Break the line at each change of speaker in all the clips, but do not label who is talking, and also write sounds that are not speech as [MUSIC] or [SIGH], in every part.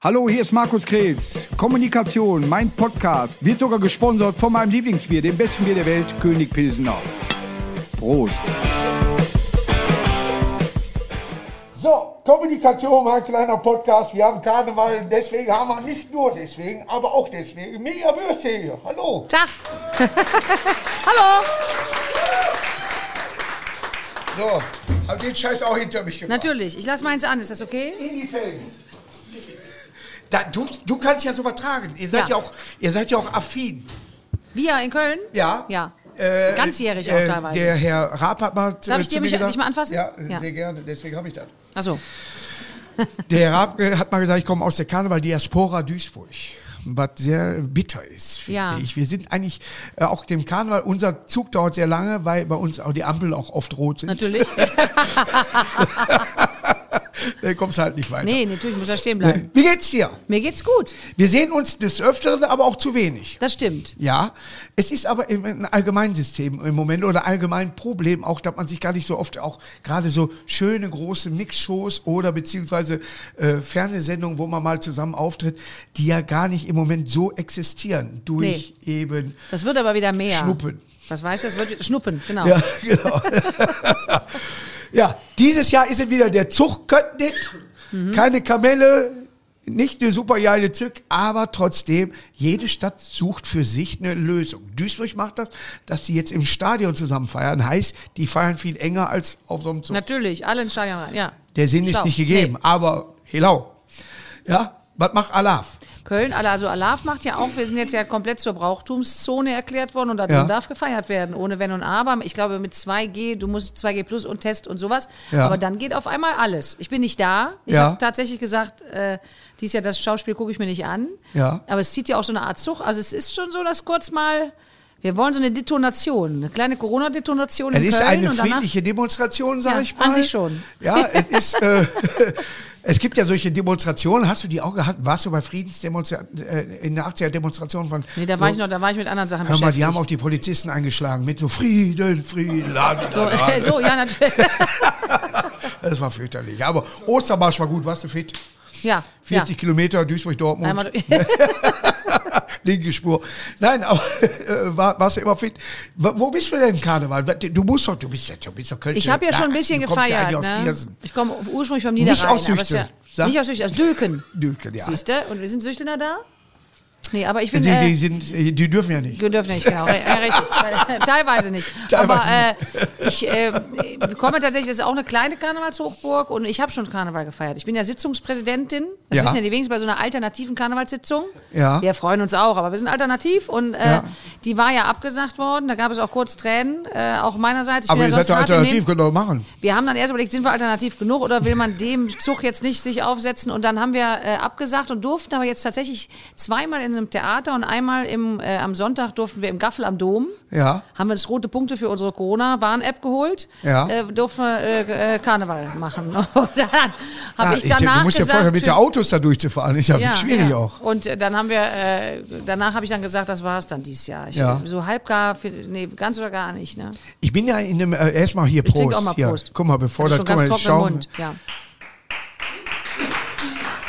Hallo, hier ist Markus Kretz. Kommunikation, mein Podcast, wird sogar gesponsert von meinem Lieblingsbier, dem besten Bier der Welt, König Pilsenau. Prost.
So, Kommunikation, mein kleiner Podcast. Wir haben Karneval, deswegen haben wir nicht nur deswegen, aber auch deswegen. Mega Würste hier. Hallo.
Tag. [LAUGHS] Hallo.
So, hab den Scheiß auch hinter mich gebracht.
Natürlich, ich lasse meins an, ist das okay?
In die Fans. Da, du, du kannst ja sowas tragen. Ihr seid
Ja.
ja. auch, ihr seid ja auch affin.
Wir in Köln?
Ja.
Ja.
Äh,
Ganzjährig
äh,
auch teilweise.
Der Herr Raab hat mal.
Darf ich dir mich- dich mal anfassen?
Ja, äh,
Ja.
sehr gerne. Deswegen habe ich das.
Achso.
Der Herr Raab äh, hat mal gesagt, ich komme aus der Karneval-Diaspora Duisburg. Was sehr bitter ist, finde
Ja.
ich. Wir sind eigentlich äh, auch dem Karneval, unser Zug dauert sehr lange, weil bei uns auch die Ampeln auch oft rot sind. [LAUGHS]
Natürlich.
Da kommst du halt nicht weiter.
Nee, natürlich muss er stehen bleiben.
Wie geht's dir?
Mir geht's gut.
Wir sehen uns des Öfteren, aber auch zu wenig.
Das stimmt.
Ja, es ist aber im- ein Allgemeinsystem im Moment oder allgemein Problem auch, dass man sich gar nicht so oft auch gerade so schöne große Mixshows oder beziehungsweise äh, Fernsehsendungen, wo man mal zusammen auftritt, die ja gar nicht im Moment so existieren durch eben
Das wird aber wieder mehr.
Schnuppen.
Was weißt du? Das wird Schnuppen, genau.
Ja, genau. ja, dieses Jahr ist es wieder der Zug Köttnick. Keine Kamelle, nicht eine super geile Zück, aber trotzdem, jede Stadt sucht für sich eine Lösung. Duisburg macht das, dass sie jetzt im Stadion zusammen feiern. Heißt, die feiern viel enger als auf so einem Zug.
Natürlich, alle ins Stadion rein. Ja.
Der Sinn ist
Schlau.
nicht gegeben, aber hello. Ja, was macht Alaf?
Nee. Köln, alle- also Alaf macht ja auch, wir sind jetzt ja komplett zur Brauchtumszone erklärt worden und da
Ja.
drin darf gefeiert werden, ohne Wenn und Aber. Ich glaube mit 2G, du musst 2G plus und Test und sowas.
Ja.
Aber dann geht auf einmal alles. Ich bin nicht da. Ich
Ja.
habe tatsächlich gesagt, äh, dies Jahr das Schauspiel gucke ich mir nicht an.
Ja.
Aber es zieht ja auch so eine Art Zug. Also es ist schon so, dass kurz mal, wir wollen so eine Detonation, eine kleine Corona-Detonation in
Es ist
Köln
eine
und danach
friedliche Demonstration, sage
Ja,
ich mal.
an sich schon.
Ja, es ist. Äh, [LAUGHS] Es gibt ja solche Demonstrationen. Hast du die auch gehabt? Warst du bei Friedensdemonstrationen, äh, in der 80er-Demonstration von.
Nee, da war ich noch, da war ich mit anderen Sachen
Hör mal,
beschäftigt.
die haben auch die Polizisten eingeschlagen mit so Frieden, Frieden. Land,
so, [LAUGHS]
Land.
so, ja, natürlich.
[LAUGHS] Das war fürchterlich. Aber Ostermarsch war gut. Warst du fit? [LAUGHS]
ja,
40
ja.
Kilometer Duisburg-Dortmund.
Einmal durch.
[LAUGHS] Linke Spur. Nein, aber äh, war, warst du immer fit? Wo wo bist du denn im Karneval? Du musst doch, du bist ja, du bist doch Kölsch.
Ich habe ja schon ein bisschen
du kommst Ja
gefeiert.
eigentlich aus
ne?
Viersen.
Ich komme ursprünglich vom
Nicht
Niederrhein.
aus
aber es ist
Süchteln.
Ja,
Sag-
nicht aus Süchteln, aus Dülken.
Dülken, ja.
Siehst du? Und wir sind Süchtelner da? Nee, aber ich
Die,
bin.
die,
Äh,
sind, die dürfen ja nicht.
wir dürfen nicht, genau. Ja,
[LAUGHS]
richtig. Teilweise nicht. Aber
Teilweise
äh, ich äh, komme tatsächlich, das ist auch eine kleine Karnevalshochburg und ich habe schon Karneval gefeiert. Ich bin ja Sitzungspräsidentin. Das
Ja.
wissen ja die wenigsten bei so einer alternativen Karnevalssitzung.
Ja.
Wir freuen uns auch, aber wir sind alternativ und äh,
Ja.
die war ja abgesagt worden. Da gab es auch kurz Tränen, äh, auch meinerseits. Ich
Aber
bin
ihr
ja
seid
sonst
doch
hart im Nehmen.
alternativ, könnt ihr doch machen.
Wir haben dann erst überlegt, sind wir alternativ genug oder will man dem Zug jetzt nicht sich aufsetzen? Und dann haben wir äh, abgesagt und durften aber jetzt tatsächlich zweimal in einem Theater und einmal im, äh, am Sonntag durften wir im Gaffel am Dom.
Ja.
Haben wir das rote Punkte für unsere Corona-Warn-App geholt?
Ja.
Äh, durften wir äh, äh, Karneval machen. [LAUGHS] Und dann habe
Ja,
ich danach
Ah, du musst ja
gesagt,
vorher mit den Autos da durchzufahren. Ist ja, schwierig auch.
und äh, dann haben wir, äh, danach habe ich dann gesagt, das war es dann dieses Jahr. Ich,
Ja.
So halb gar, für, nee, ganz oder gar nicht. Ne?
Ich bin ja in dem, äh, erstmal hier,
Ich
Prost.
trinke auch mal
hier.
Prost.
Guck mal, bevor
Hatte
das,
schon
guck
ganz
mal, den
trockenen
Schaum.
Mund, ja.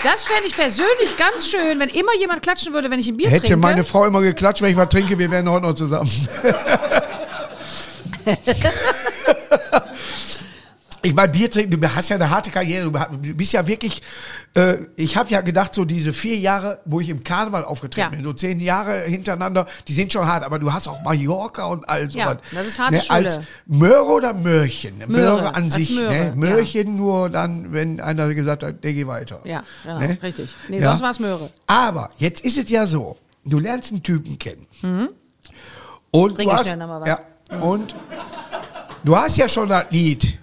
Das fände ich persönlich ganz schön, wenn immer jemand klatschen würde, wenn ich ein Bier
Hätte
trinke.
meine Frau immer geklatscht, wenn ich was trinke, wir wären heute
[LAUGHS]
noch zusammen. Ich meine, Bier trinken, du hast ja eine harte Karriere. Du ha- du bist ja wirklich, äh, ich habe ja gedacht, so diese vier Jahre, wo ich im Karneval aufgetreten
Ja.
bin, so zehn Jahre hintereinander, die sind schon hart, aber du hast auch Mallorca und all sowas. ne,
Ja, das ist harte
Als
Schule.
Möhre oder Möhrchen? Möhre,
Möhre,
an
als
sich, ne?
Möhre,
Möhrchen nur dann, wenn einer gesagt hat, der geh weiter.
ja, genau,
Ne?
richtig. Nee,
Ja.
sonst war es Möhre.
Aber jetzt ist es ja so, du lernst einen Typen kennen. Und
Trinke
du hast,
Mhm. schnell noch mal was.
ja, und du hast ja schon das Lied.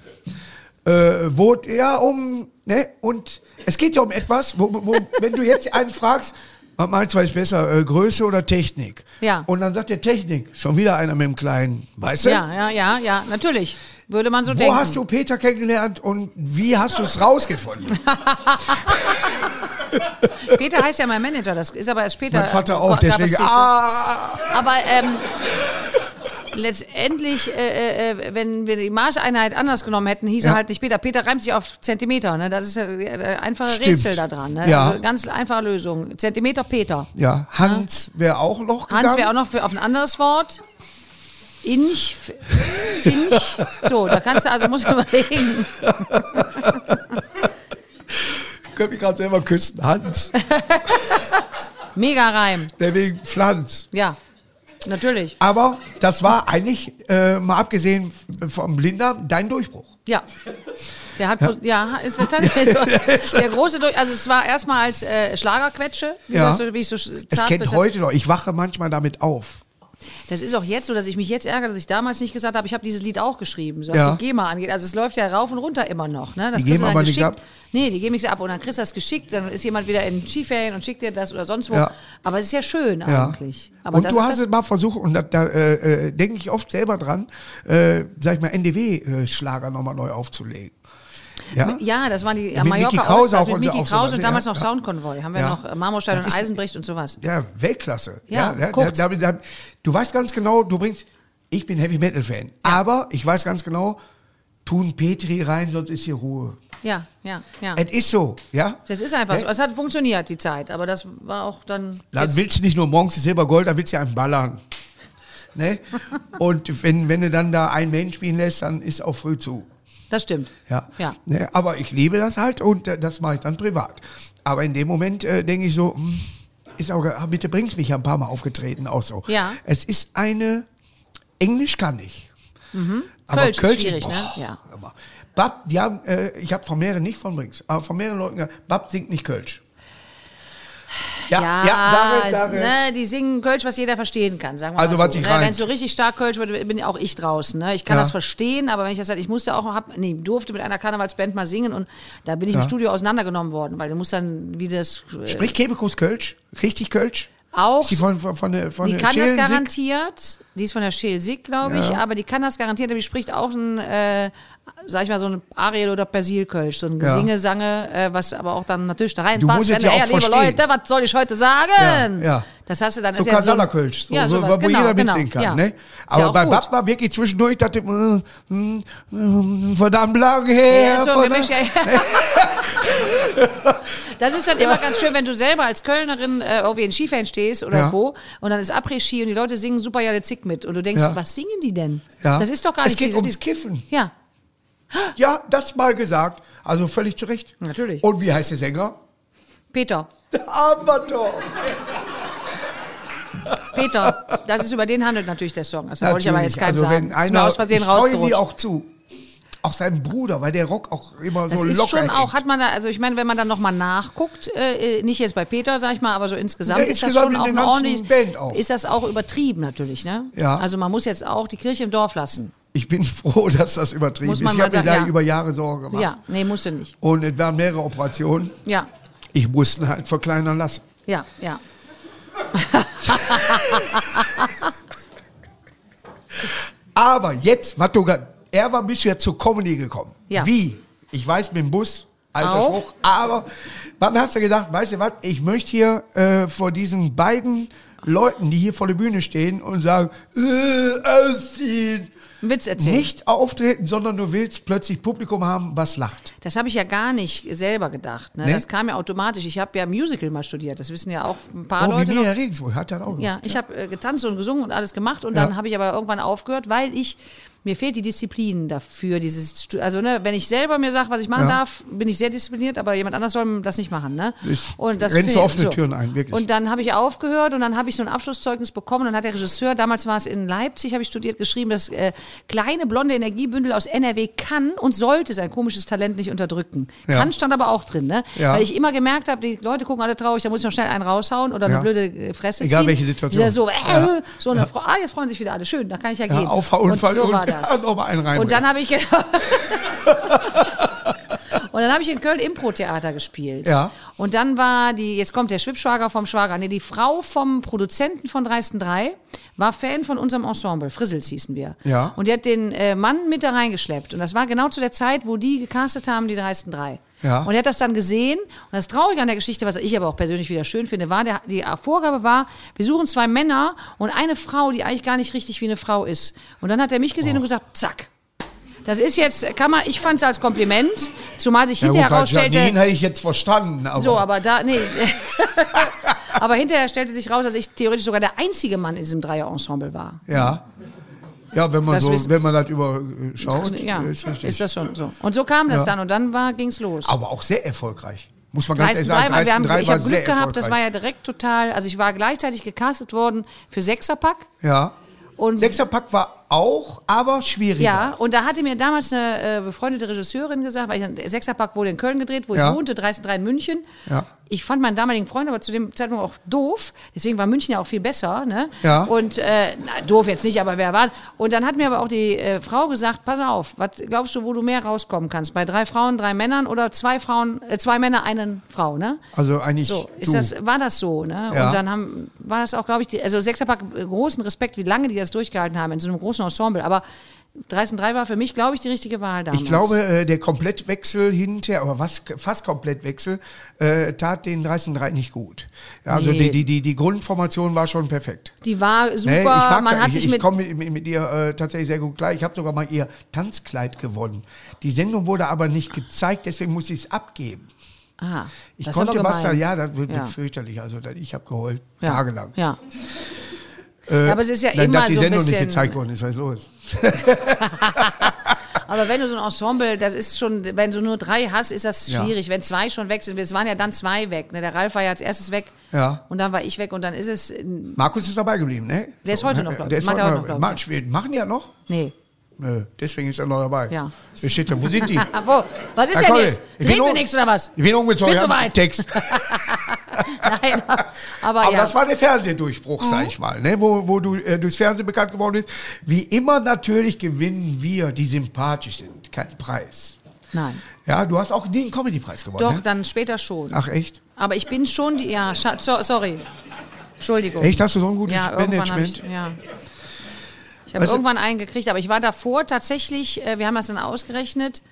Äh, wo ja um, ne? Und es geht ja um etwas, wo, wo wenn du jetzt einen fragst, was meinst du, was ist besser, äh, Größe oder Technik?
Ja.
Und dann sagt der Technik, schon wieder einer mit dem Kleinen, weißt du?
Ja, ja, ja, ja, natürlich. Würde man so
Wo
denken.
hast du Peter kennengelernt und wie hast du
[LAUGHS]
es rausgefunden?
Peter heißt ja mein Manager, das ist aber erst später.
mein Vater
äh,
auch,
gab es
deswegen,
diese-
ah,
Aber ähm, letztendlich, äh, äh, wenn wir die Maßeinheit anders genommen hätten, hieß er
Ja.
halt nicht Peter. Peter reimt sich auf Zentimeter. Ne? Das ist ja der einfache
Stimmt.
Rätsel da dran. Ne?
Ja.
Also ganz einfache Lösung. Zentimeter Peter.
Ja, Hans wäre auch noch gegangen.
Hans wäre auch noch für, auf ein anderes Wort. Inch, F- Finch. So, da kannst du also musst du überlegen.
Könnte mich gerade selber küssen. Hans.
Mega Reim.
Deswegen Pflanz.
Ja, natürlich.
Aber das war eigentlich, äh, mal abgesehen vom Blinder, dein Durchbruch.
Ja. Der hat, ja, ist der
[LAUGHS]
tatsächlich so. Der große Durch, also es war erstmal als äh, Schlagerquetsche, wie,
Ja.
das so, wie ich so sch-
Es
zart
kennt
bis-
heute noch. Ich wache manchmal damit auf.
Das ist auch jetzt so, dass ich mich jetzt ärgere, dass ich damals nicht gesagt habe, ich habe dieses Lied auch geschrieben, so was
Ja.
die GEMA angeht. Also es läuft ja rauf und runter immer noch. Ne? Das kriegst
Die
du
geben
dann
aber nicht
geschickt.
ab?
Nee, die geben nichts ab. Und dann kriegst du das geschickt, dann ist jemand wieder in Skiferien und schickt dir das oder sonst wo.
Ja.
Aber es ist ja schön
Ja.
eigentlich. Aber
und
das
du
ist
hast
das,
es mal versucht, und da, da äh, äh, denke ich oft selber dran, äh, sag ich mal, NDW-Schlager nochmal neu aufzulegen. Ja?
ja, das waren die
mit Micky
Mallorca
Krause
All-Stars
auch
mit
und-
Micky
auch
Krause
sowas,
und
ja,
damals noch
ja.
Soundkonvoi. Haben wir
Ja.
noch äh, Marmorstein
Das
und
ist-
Eisenbricht und sowas.
Ja, Weltklasse.
Ja,
ja,
guckt's.
da, da, da, du weißt ganz genau, du bringst, ich bin Heavy Metal Fan, aber ich weiß ganz genau, tun Petri rein, sonst ist hier Ruhe.
Ja, ja, ja.
Es ist so, ja?
Das ist einfach
Hä?
so. Es hat funktioniert, die Zeit. Aber das war auch dann.
Dann willst du nicht nur morgens die Silbergold, dann willst du ja einen ballern. Ne? Und wenn, wenn du dann da einen Main spielen lässt, dann ist auch früh zu.
Das stimmt.
Ja.
Ja.
Ne? Aber ich liebe das halt und äh, das mache ich dann privat. Aber in dem Moment äh, denke ich so, hm, ist auch, ah, bitte bringst mich ja ein paar Mal aufgetreten, auch so.
Ja.
Es ist eine, Englisch kann ich.
Mhm. Kölsch ist schwierig, ne? Ja.
hör mal. Bab, die haben, äh, ich habe von mehreren, nicht von Brings, aber von mehreren Leuten gesagt, Bab singt nicht Kölsch. Ja, ja, sag es, sag es.
Ne, die singen Kölsch, was jeder verstehen kann, sagen wir
Also,
mal
was
so.
sich
ne,
reimt.
Wenn so richtig stark Kölsch wird, bin auch ich draußen. Ne? Ich kann
Ja.
das verstehen, aber wenn ich das halt, ich musste auch, hab, nee, durfte mit einer Karnevalsband mal singen und da bin ich im Studio auseinandergenommen worden, weil du musst dann, wie das äh,
Spricht Kebekus Kölsch? Richtig Kölsch?
auch
Sie von, von, von, der- von
Die
der
kann das
Schälensee?
garantiert. Die ist von der Schelsig, glaube ich, aber die kann das garantiert. Aber die spricht auch ein, äh, sag ich mal, so ein Ariel- oder Persilkölsch, so ein
Ja.
Gesinge, Sange, äh, was aber auch dann natürlich da reinpasst.
Du musst es
wenn,
ja
ey,
auch
liebe
verstehen.
Leute, was soll ich heute sagen?
Ja, ja.
Das hast du dann.
So
ist ja
Kasala-Kölsch, so,
ja,
so,
sowas,
wo
genau,
jeder
genau,
mitsingen kann.
ja.
Ne?
Ist
Aber
ja auch
bei
gut.
Bab war wirklich zwischendurch, dachte ich, mm, mm, mm, verdammt lang her.
Ja, so, wir
verdammt- [LAUGHS]
möchten, ja, ja. Das ist dann immer ganz schön, wenn du selber als Kölnerin äh, irgendwie in Skifahren stehst oder
Ja.
wo und dann ist Après-Ski und die Leute singen super ja zick mit und du denkst,
Ja.
was singen die denn?
Ja.
Das ist doch gar nicht
Es geht
dieses
ums
Lied.
Kiffen.
Ja,
Ja, das mal gesagt. Also völlig zu Recht.
Natürlich.
Und wie heißt der Sänger?
Peter.
Der Armbator.
Peter, das ist über den handelt natürlich der Song. Das wollte ich aber jetzt keinem
also
sagen. ist
wenn
mir
einer,
aus Versehen
ich traue
rausgerutscht.
die auch zu. Auch seinem Bruder, weil der Rock auch immer
das
so
ist
locker
schon auch,
hängt.
hat man da, also ich meine, wenn man dann nochmal nachguckt, äh, nicht jetzt bei Peter, sag ich mal, aber so insgesamt
Ja,
ist das schon
insgesamt in
auch
der
ein
ganzen
ordentliches,
Band auch.
ist das auch übertrieben natürlich, ne?
Ja.
Also man muss jetzt auch die Kirche im Dorf lassen.
Ich bin [LAUGHS] froh, dass das übertrieben
Muss
ist.
man
Ich
mal
habe mir
sagen,
da
ja.
über Jahre Sorgen gemacht.
Ja, nee, musste nicht.
Und es waren mehrere Operationen.
Ja,
Ich musste ihn halt verkleinern lassen.
ja, ja.
Aber jetzt, was du grad- er war bist du ja zur Comedy gekommen.
Ja.
Wie? Ich weiß, mit dem Bus, alter
Auch.
Spruch. Aber wann hast du gedacht, weißt du was, ich möchte hier äh, vor diesen beiden Leuten, die hier vor der Bühne stehen und sagen, äh, ausziehen,
Einen Witz erzählen.
nicht auftreten, sondern du willst plötzlich Publikum haben, was lacht.
Das habe ich ja gar nicht selber gedacht. Ne?
Nee?
Das kam ja automatisch. Ich habe ja Musical mal studiert. Das wissen ja auch ein paar
oh, wie
Ah, Leute. noch.
Mia Regensburg hat das auch
Ja,
gemacht.
ich habe äh, getanzt und gesungen und alles gemacht und
Oh, Ja.
dann habe ich aber irgendwann aufgehört, weil ich mir fehlt die Disziplin dafür. Dieses, Stu- also ne, wenn ich selber mir sage, was ich machen
Ja.
darf, bin ich sehr diszipliniert, aber jemand anders soll das nicht machen. Ne?
Ich renn
finde ich-
zu offenen Türen ein, wirklich.
Und dann habe ich aufgehört und dann habe ich so ein Abschlusszeugnis bekommen. Dann hat der Regisseur, damals war es in Leipzig, habe ich studiert, geschrieben, dass äh, kleine blonde Energiebündel aus NRW kann und sollte sein komisches Talent nicht unterdrücken.
Ja.
Kann stand aber auch drin, ne?
Ja.
Weil ich immer gemerkt habe, die Leute gucken alle traurig, da muss ich noch schnell einen raushauen oder
Ja.
eine blöde äh, Fresse
Egal
ziehen.
welche Situation.
Dieser so, äh,
Ja.
so eine Frau, ah, jetzt freuen sich wieder alle, schön, da kann ich ja,
Ja,
gehen.
Auffahrunfall
und so
und-
war das.
noch mal einen reinbringen.
und dann habe ich genau. [LAUGHS] Und dann habe ich in Köln Impro-Theater gespielt.
Ja.
Und dann war die, jetzt kommt der Schwibschwager vom Schwager, nee, die Frau vom Produzenten von Dreisten 3 war Fan von unserem Ensemble, Frizzels hießen wir.
Ja.
Und die hat den äh, Mann mit da reingeschleppt. Und das war genau zu der Zeit, wo die gecastet haben, die Dreisten 3.
Ja.
Und er hat das dann gesehen. Und das Traurige an der Geschichte, was ich aber auch persönlich wieder schön finde, war, der, die Vorgabe war, wir suchen zwei Männer und eine Frau, die eigentlich gar nicht richtig wie eine Frau ist. Und dann hat er mich
Oh.
gesehen und gesagt, zack. Das ist jetzt, kann man, ich fand es als Kompliment, zumal sich
Ja,
hinterher
gut, halt bei
herausstellte.
Janine hätte ich jetzt verstanden. Aber
So, aber da, nee. [LAUGHS] aber hinterher stellte sich raus, dass ich theoretisch sogar der einzige Mann in diesem Dreierensemble war.
Ja. Ja, wenn man,
Das
so,
wissen-
wenn man das überschaut,
Also, ja,
Oh, äh, ist richtig.
ist das schon so. Und so kam das
Ja.
dann und dann war, ging's los.
aber auch sehr erfolgreich. Muss man ganz
13
ehrlich sagen.
drei, weil wir haben,
13
ich habe
war sehr
Glück gehabt, das war
erfolgreich.
ja direkt total, also ich war gleichzeitig gecastet worden für Sechserpack
ja.
und
Sechserpack war auch, aber schwieriger.
Ja, und da hatte mir damals eine äh, befreundete Regisseurin gesagt, weil ich dann, der Sechserpack wurde in Köln gedreht, wo
Ja.
ich wohnte, 303 in München.
Ja.
Ich fand meinen damaligen Freund aber zu dem Zeitpunkt auch doof, deswegen war München ja auch viel besser. Ne?
Ja.
Und äh, na, doof jetzt nicht, aber wer war. Und dann hat mir aber auch die äh, Frau gesagt, pass auf, was glaubst du, wo du mehr rauskommen kannst? Bei drei Frauen, drei Männern oder zwei Frauen, äh, zwei Männer, einen Frau, ne?
Also eigentlich
So,
du.
ist das, war das so, ne?
Ja.
Und dann haben, war das auch, glaube ich, die, also Sechserpack, äh, großen Respekt, wie lange die das durchgehalten haben in so einem großen Ensemble. Aber 13.3 war für mich, glaube ich, die richtige Wahl damals.
ich glaube, äh, der Komplettwechsel hinterher, aber was, fast Komplettwechsel, äh, tat den 13-3 nicht gut. Ja, also
Nee.
die, die, die, die Grundformation war schon perfekt.
Die war super,
Nee, ich mag's
man
ja.
hat
Ich-
sich
ich
mit.
komme mit, mit, mit ihr äh, tatsächlich sehr gut klar. Ich habe sogar mal ihr Tanzkleid gewonnen. Die Sendung wurde aber nicht gezeigt, deswegen musste ich es abgeben.
Ah,
Ich
das ist
konnte
aber
was da,
gemein.
ja, das wird
Ja.
fürchterlich. Also da- ich habe geheult,
Ja.
tagelang.
Ja.
Äh,
aber es ist ja
dann,
immer
dass die
so ein
Sendung nicht
bisschen-
gezeigt worden ist, was ist los?
Aber wenn du so ein Ensemble, das ist schon, wenn du nur drei hast, ist das
Ja.
schwierig. Wenn zwei schon weg sind, es waren ja dann zwei weg. Ne? Der Ralf war ja als erstes weg.
Ja.
Und dann war ich weg und dann ist es. äh,
Markus ist dabei geblieben, ne?
Der ist heute noch, glaub ich.
Der ist
Macht
heute
er heute
noch,
noch, glaub
Ma- Schweden. Machen die ja noch?
Nee.
Nö, deswegen ist er noch dabei.
Ja.
Der Steht da, wo sind die?
Ah, wo? Was ist
Herr
denn
Kolle,
jetzt?
ich bin
Drehen wir
um-
nichts oder
[LAUGHS]
was? [LAUGHS]
Ich bin umgezogen,
Bin
ich hab
soweit.
Text.
Nein, aber,
Aber
ja. Mhm.
das war der Fernsehdurchbruch, sag ich mal, ne? wo, wo du äh, durchs Fernsehen bekannt geworden bist. Wie immer natürlich gewinnen wir, die sympathisch sind, keinen Preis.
Nein.
Ja, du hast auch nie einen Comedy-Preis gewonnen.
Doch,
ne?
dann später schon.
Ach echt?
Aber ich bin schon die. Ja, scha- so, sorry. Entschuldigung.
Echt, hast du so ein gutes
Ja, irgendwann habe ich.
Management? Also-
Ja. Ich habe
Weißt du-
irgendwann einen gekriegt, aber ich war davor tatsächlich, äh, wir haben das dann ausgerechnet.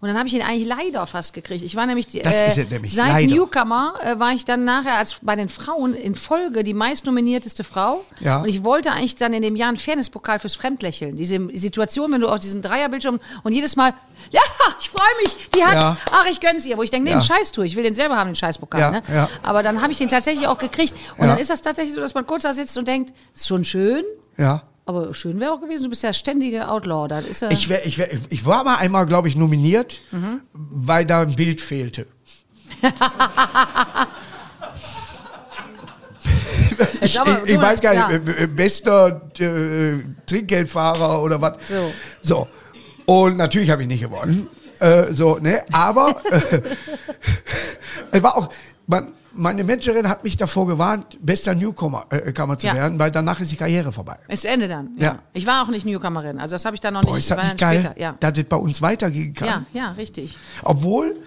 Und dann habe ich ihn eigentlich leider fast gekriegt. Ich war nämlich, die-
Das
äh,
ist es nämlich,
seit
leider.
Newcomer äh, war ich dann nachher als bei den Frauen in Folge die meistnominierteste Frau.
Ja.
Und ich wollte eigentlich dann in dem Jahr einen Fairnesspokal fürs Fremdlächeln. Diese Situation, wenn du auf diesem Dreierbildschirm und jedes Mal, [LAUGHS] ja, ich freue mich, die hat's,
Ja.
ach, ich gönn's ihr. Wo ich denke, nee,
Ja.
den Scheiß tue, ich will den selber haben, den Scheißpokal.
Ja,
ne?
ja.
Aber dann habe ich den tatsächlich auch gekriegt. Und
Ja.
dann ist das tatsächlich so, dass man kurz da sitzt und denkt, ist schon schön,
Ja.
aber schön wäre auch gewesen, du bist ja ständige Outlaw. Das ist ja
Ich, wär, ich, wär, ich war mal einmal, glaube ich, nominiert, weil da ein
[LAUGHS]
Bild fehlte. ich,
aber
ich, ich
so-
weiß gar
ja.
nicht, äh, äh, bester äh, Trinkgeldfahrer oder was.
So.
so. Und natürlich habe ich nicht gewonnen. Äh, so, ne? Aber äh, [LAUGHS] es war auch. Man, meine Managerin hat mich davor gewarnt, bester Newcomer äh, Kammer zu
Ja.
werden, weil danach ist die Karriere vorbei.
es Ende dann.
Ja.
Ich war auch nicht Newcomerin, also das habe ich dann noch
Boah,
nicht.
ist das
war
nicht
dann
geil,
später. Ja.
dass das bei uns weitergehen kann.
ja, ja, richtig.
Obwohl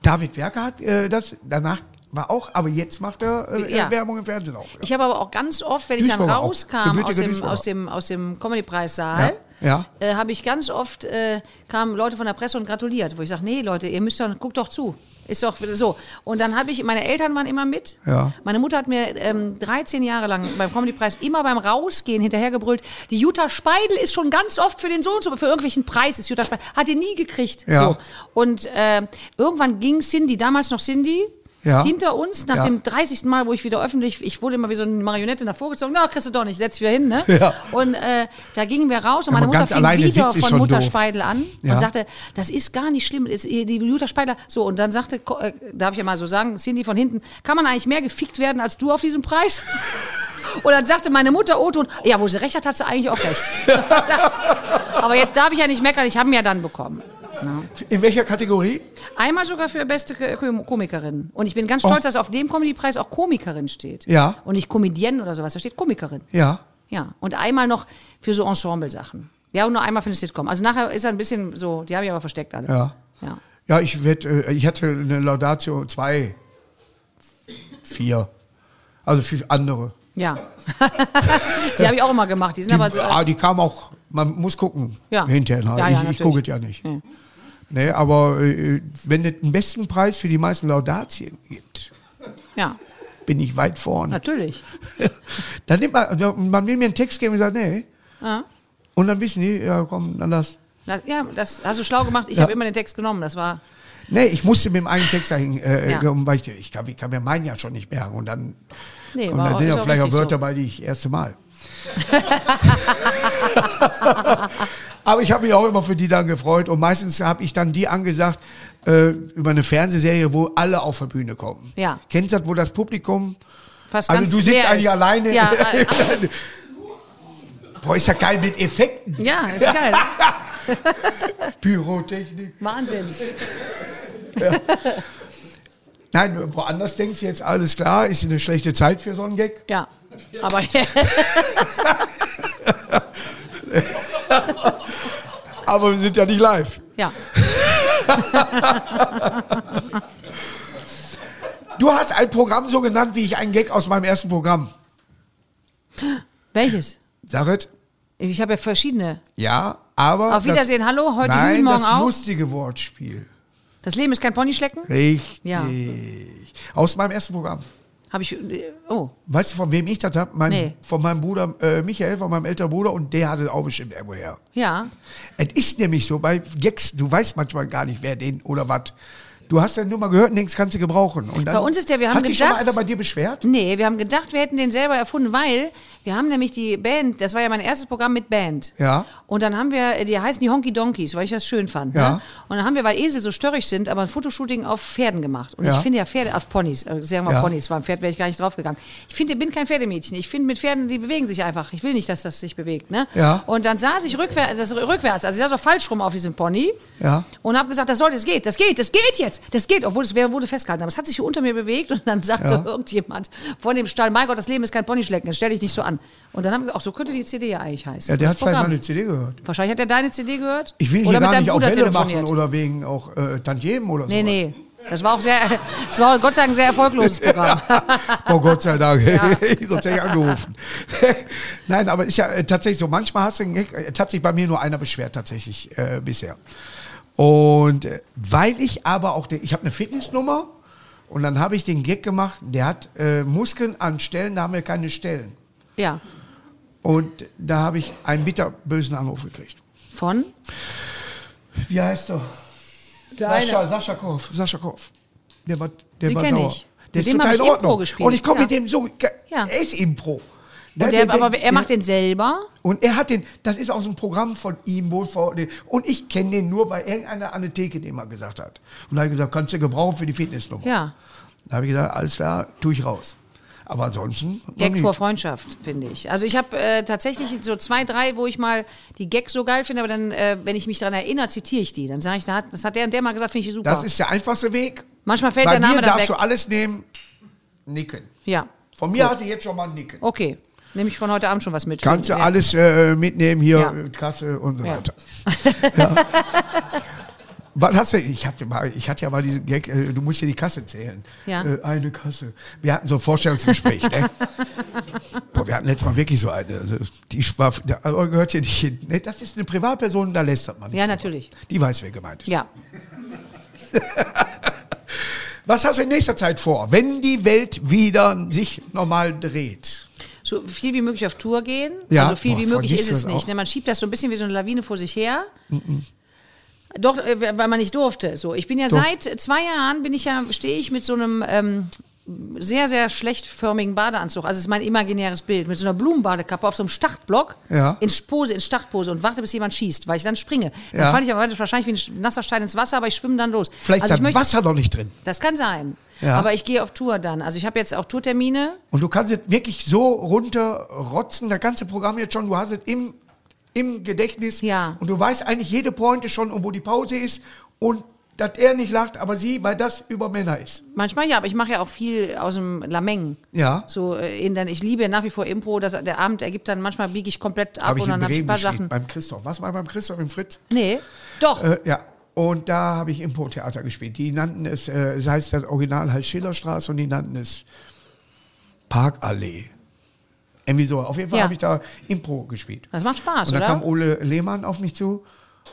David Werker hat äh, das danach war auch, aber jetzt macht er äh,
Ja.
Werbung im Fernsehen auch. Ja.
Ich habe aber auch ganz oft, wenn ich dann
Duisburger auch.
rauskam
Gebürtige
aus dem,
Duisburger.
aus dem, aus dem Comedy-Preissaal,
Ja,
äh, habe ich ganz oft, äh, kamen Leute von der Presse und gratuliert, wo ich sage, nee Leute, ihr müsst dann, guckt doch zu. Ist doch so. Und dann habe ich, meine Eltern waren immer mit.
Ja.
Meine Mutter hat mir ähm, 13 Jahre lang beim Comedy-Preis immer beim Rausgehen hinterhergebrüllt, die Jutta Speidel ist schon ganz oft für den Sohn, für irgendwelchen Preis ist Jutta Speidel, hat ihr nie gekriegt.
Ja.
So. Und äh, irgendwann ging Cindy, damals noch Cindy,
Ja.
hinter uns, nach
Ja.
dem 30. Mal, wo ich wieder öffentlich, ich wurde immer wie so eine Marionette nach vorgezogen, na, kriegst du doch nicht, setz dich wieder hin, ne?
Ja.
Und äh, da gingen wir raus und
Ja,
meine
aber
Mutter
ganz
fing
alleine
wieder
sitzt ist
von
schon
Mutter
doof.
Speidel an
Ja.
und sagte, das ist gar nicht schlimm, ist, äh, die Mutter Speidel, so, und dann sagte, ko- äh, darf ich ja mal so sagen, Cindy von hinten, kann man eigentlich mehr gefickt werden als du auf diesem Preis? [LAUGHS] Und dann sagte meine Mutter Otto, ja, wo sie recht hat, hat sie eigentlich auch recht. [LAUGHS] Aber jetzt darf ich ja nicht meckern, ich habe ihn ja dann bekommen.
In welcher Kategorie?
Einmal sogar für beste Ko- Komikerin. Und ich bin ganz stolz, dass auf dem Comedy-Preis auch Komikerin steht.
Oh. Ja.
Und nicht Comedienne oder sowas, da steht Komikerin.
Ja.
Ja, und einmal noch für so Ensemble-Sachen. Ja, und nur einmal für eine Sitcom. Also nachher ist er ein bisschen so, die habe ich aber versteckt alle.
Ja.
Ja.
Ja, ich werd, äh, ich hatte eine Laudatio 2 4. Also für andere.
Ja. [LAUGHS] die habe ich auch immer gemacht. Die sind
Die,
aber so.
ah, die kam auch, man muss gucken
äh, Ja.
hinterher.
Ja, ja,
ich ich
natürlich. Hm.
gucke es ja nicht. Ne, aber äh, wenn es einen besten Preis für die meisten Laudatien gibt,
Ja,
bin ich weit vorne.
natürlich.
Dann nimmt man, also man will mir einen Text geben und sagt, nee.
Ja.
Und dann wissen die, ja komm, dann das.
Na, Ja, das hast du schlau gemacht. Ich
Ja.
habe immer den Text genommen. Das war.
Nee, ich musste mit dem eigenen Text dahin, äh,
Ja.
kommen, weil ich, ich, kann, ich kann mir meinen ja schon nicht merken. Und dann,
Nee,
und
war
dann
auch-
sind
ist
ja vielleicht auch
richtig
Wörter
so.
bei, die ich das erste Mal.
[LAUGHS]
Aber ich habe mich auch immer für die dann gefreut. Und meistens habe ich dann die angesagt äh, über eine Fernsehserie, wo alle auf der Bühne kommen.
Ja.
Kennst du das, wo das Publikum
Fast
Also
ganz
du sitzt
leer
eigentlich
ist.
alleine. [LAUGHS]
Ja, äh,
Boah, ist ja geil mit Effekten.
ja ist geil.
Pyrotechnik.
Wahnsinn.
Nein, woanders denkst du jetzt, alles klar, ist eine schlechte Zeit für so einen Gag.
Ja. Aber [LAUGHS]
Aber wir sind ja nicht live.
ja.
Du hast ein Programm so genannt, wie ich einen Gag aus meinem ersten Programm.
Welches?
Sarit?
Ich habe ja verschiedene.
Ja, aber.
Auf Wiedersehen, hallo, heute
Oh, nein,
hin, morgen
das
auch.
lustige Wortspiel.
Das Leben ist kein Ponyschlecken?
Richtig.
Ja.
Aus meinem ersten Programm.
Habe ich. äh, Oh,
Weißt du, von wem ich das habe? Mein,
Nee.
Von meinem Bruder äh, Michael, von meinem älteren Bruder und der hatte auch bestimmt irgendwo her.
ja.
Es ist nämlich so, bei Gags, du weißt manchmal gar nicht, wer den oder was. Du hast ja nur mal gehört und denkst, kannst du gebrauchen. Und dann
Bei uns ist der- wir haben
Hat sich schon mal
gedacht-
einer bei dir beschwert?
Nee, wir haben gedacht, wir hätten den selber erfunden, weil wir haben nämlich die Band, das war ja mein erstes Programm mit Band.
Ja.
Und dann haben wir, äh, die heißen die Honky Donkeys, weil ich das schön fand.
Ja.
Ne? Und dann haben wir, weil Esel so störrig sind, aber ein Fotoshooting auf Pferden gemacht. Und
Ja.
ich finde ja Pferde, auf Ponys, äh, sagen wir
Ja.
Ponys, beim Pferd wäre ich gar nicht draufgegangen. Ich finde, ich bin kein Pferdemädchen. Ich finde, mit Pferden, die bewegen sich einfach. Ich will nicht, dass das sich bewegt. Ne?
Ja.
Und dann saß ich rückwärts, das rückwärts, also ich saß auch falsch rum auf diesem Pony.
Ja.
Und habe gesagt, das sollte, das geht, das geht, das geht jetzt, das geht, obwohl es wer wurde festgehalten. Aber es hat sich hier unter mir bewegt und dann [LAUGHS] sagte
Ja.
irgendjemand von dem Stall, mein Gott, das Leben ist kein Ponyschlecken, das stell dich nicht so an. Und dann haben wir gesagt, ach, so könnte die CD ja eigentlich heißen.
Ja, der
Das
hat vielleicht mal
Programm.
eine CD gehört.
Wahrscheinlich hat er deine CD gehört.
Ich will
oder
hier
mit
gar
deinem
nicht auf
Bruder
Welle
telefoniert.
machen oder wegen auch äh, Tantiemen oder so.
nee, nee. Das war auch sehr, [LAUGHS] das war Gott sei Dank ein sehr
[LAUGHS]
erfolgloses Programm.
Oh Gott sei
[LAUGHS]
Dank, sonst hätte ich angerufen. [LAUGHS] Nein, aber ist ja äh, tatsächlich so. Manchmal hast du einen Gag, äh, hat sich bei mir nur einer beschwert tatsächlich äh, bisher. Und äh, weil ich aber auch, den, ich habe eine Fitnessnummer und dann habe ich den Gag gemacht, der hat äh, Muskeln an Stellen, da haben wir keine Stellen.
ja.
Und da habe ich einen bitterbösen Anruf gekriegt.
Von?
Wie heißt er?
Deine.
Sascha, Sascha Korf. Sascha Korf. Der war, der
Den
war
kenn
sauer.
ich.
Der
Mit
ist
dem
total
hab
in
ich Impro
Ordnung.
gespielt.
Und ich komme
Ja.
mit dem so,
Ja.
er ist Impro. Ne,
Und der, aber
der-
er macht den selber.
Und er hat den, das ist aus dem Programm von ihm wohl vor, und ich kenne den nur, weil irgendeiner an der Theke den mal gesagt hat. Und da habe ich gesagt, kannst du gebrauchen für die Fitnessnummer.
Ja.
Da habe ich gesagt, alles klar, tue ich raus. Aber ansonsten, noch
Gag
nie.
vor Freundschaft, finde ich. Also ich habe äh, tatsächlich so zwei, drei, wo ich mal die Gags so geil finde, aber dann, äh, wenn ich mich daran erinnere, zitiere ich die. Dann sage ich, da hat, das hat der und der mal gesagt, finde ich super.
das ist der einfachste Weg.
Manchmal fällt
Bei
der Name
mir
dann
darfst
weg.
du alles nehmen, nicken.
Ja,
Von mir hast du jetzt schon mal ein Nicken.
okay. Nehme ich von heute Abend schon was mit.
Kannst du
Ja.
alles äh, mitnehmen hier,
Ja.
äh, Kasse und so
Ja.
weiter. ja. [LAUGHS] Was hast du? Ich hatte, mal, ich hatte ja mal diesen Gag, äh, du musst hier die Kasse zählen.
Ja.
Äh, eine Kasse. Wir hatten so ein
[LAUGHS]
Vorstellungsgespräch. ne? Boah, wir hatten letztes Mal wirklich so eine. Also, die war, der, aber gehört hier nicht hin. Ne, das ist eine Privatperson, da lästert man nicht.
Ja,
drüber.
natürlich.
Die weiß, wer gemeint ist.
Ja.
Was hast du in nächster Zeit vor, wenn die Welt wieder sich normal dreht?
So viel wie möglich auf Tour gehen.
Ja.
Also viel
Boah,
wie möglich ist
vergisst du
es
das auch? Mm,
nicht. Ne? Man schiebt das so ein bisschen wie so eine Lawine vor sich her. Doch, äh, weil man nicht durfte. So, ich bin ja seit zwei Jahren bin ich ja, stehe ich mit so einem ähm, sehr, sehr schlecht förmigen Badeanzug. Also es ist mein imaginäres Bild. Mit so einer Blumenbadekappe auf so einem Startblock
Ja.
in Pose, in Startpose und warte, bis jemand schießt, weil ich dann springe.
Ja.
Dann falle ich aber wahrscheinlich wie ein Sch- nasser Stein ins Wasser, aber ich schwimme dann los.
Vielleicht
also
ist
ich
das
möchte,
Wasser noch nicht drin.
Das kann sein.
Ja.
Aber ich gehe auf Tour dann. Also ich habe jetzt auch Tourtermine.
Und du kannst es wirklich so runterrotzen, das ganze Programm jetzt schon, du hast es im, im Gedächtnis.
Ja.
Und du weißt eigentlich jede Pointe schon und wo die Pause ist und dass er nicht lacht, aber sie, weil das über Männer ist.
Manchmal ja, aber ich mache ja auch viel aus dem Lameng.
Ja.
So, äh, in dann, ich liebe nach wie vor Impro, dass der Abend ergibt dann manchmal biege ich komplett ab
Habe ich
und
in
dann habe ich ein
Bremen
paar
gespielt,
Sachen.
beim Christoph. Was war beim Christoph, im Fritz?
Nee, doch.
Äh, ja. Und da habe ich Impro-Theater gespielt. Die nannten es, äh, es heißt das Original heißt Schillerstraße und die nannten es Parkallee. Irgendwie so. Auf jeden Fall
Ja.
habe ich da Impro gespielt.
das macht Spaß,
und da
oder?
kam Ole Lehmann auf mich zu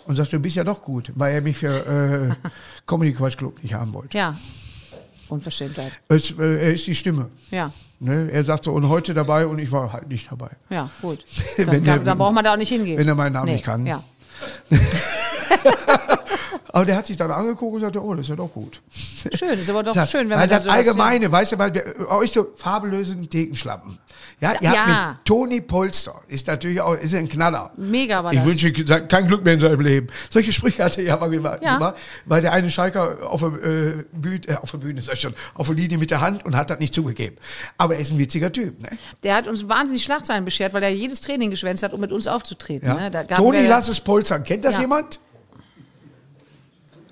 Und sagte, du bist ja doch gut, weil er mich für äh, Comedy Quatsch Club nicht haben wollte.
Ja. Unverschämtheit.
Es, äh, er ist die Stimme.
Ja.
Ne? Er sagte, und heute dabei und ich war halt nicht dabei.
Ja, gut.
[LAUGHS] Wenn
Dann,
der-
dann, dann braucht man da auch nicht hingehen.
wenn er meinen Namen
Nee,
nicht kann.
Ja.
Aber der hat sich dann angeguckt und sagte, oh, das ist ja doch gut.
Schön, ist aber doch
[LAUGHS] Sag,
schön, wenn
weil
man dann
das
sowas hört.
Allgemeine, weißt du, weil wir, äh, euch so fabelösen Dekenschlappen. Ja, ihr habt
Ja.
mit Toni Polster, ist natürlich auch, ist ein Knaller.
Mega war
Ich
das.
wünsche ihm kein Glück mehr in seinem Leben. Solche Sprüche hatte er ja mal gemacht,
Ja.
gemacht, weil der eine Schalker auf der, äh, Bühne, äh, auf der Bühne, sag ich schon, auf der Linie mit der Hand und hat das nicht zugegeben. Aber er ist ein witziger Typ. Ne?
Der hat uns wahnsinnig Schlagzeilen beschert, weil er jedes Training geschwänzt hat, um mit uns aufzutreten.
Ja.
Ne? Da gaben
Toni,
wir-
lass es polstern. Kennt das
Ja.
jemand?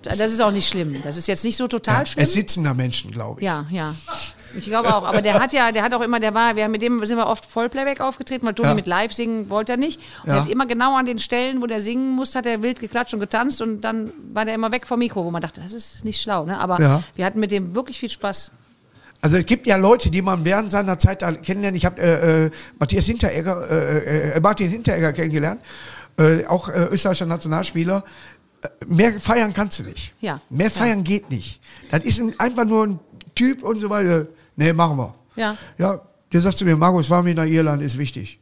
Das ist auch nicht schlimm. Das ist jetzt nicht so total schlimm.
Es sitzen da Menschen, glaube ich.
Ja, ja. Ich glaube auch. Aber der hat ja, der hat auch immer, der war, wir haben mit dem sind wir oft Vollplayback aufgetreten, weil Toni
Ja.
mit Live singen wollte er nicht. Und
Ja.
er hat immer genau an den Stellen, wo der singen musste, hat er wild geklatscht und getanzt und dann war der immer weg vom Mikro, wo man dachte, das ist nicht schlau. Ne? Aber
Ja.
wir hatten mit dem wirklich viel Spaß.
Also es gibt ja Leute, die man während seiner Zeit da kennenlernt. Ich habe äh, äh, Matthias Hinteregger, äh, äh, Martin Hinteregger kennengelernt, äh, auch äh, österreichischer Nationalspieler. Äh, Mehr feiern kannst du nicht.
Ja.
Mehr
Ja.
feiern geht nicht. Das ist ein, einfach nur ein Typ und so weiter. Nee, machen wir.
Ja.
Ja, der sagt zu mir, Markus, fahren wir nach Irland, ist wichtig.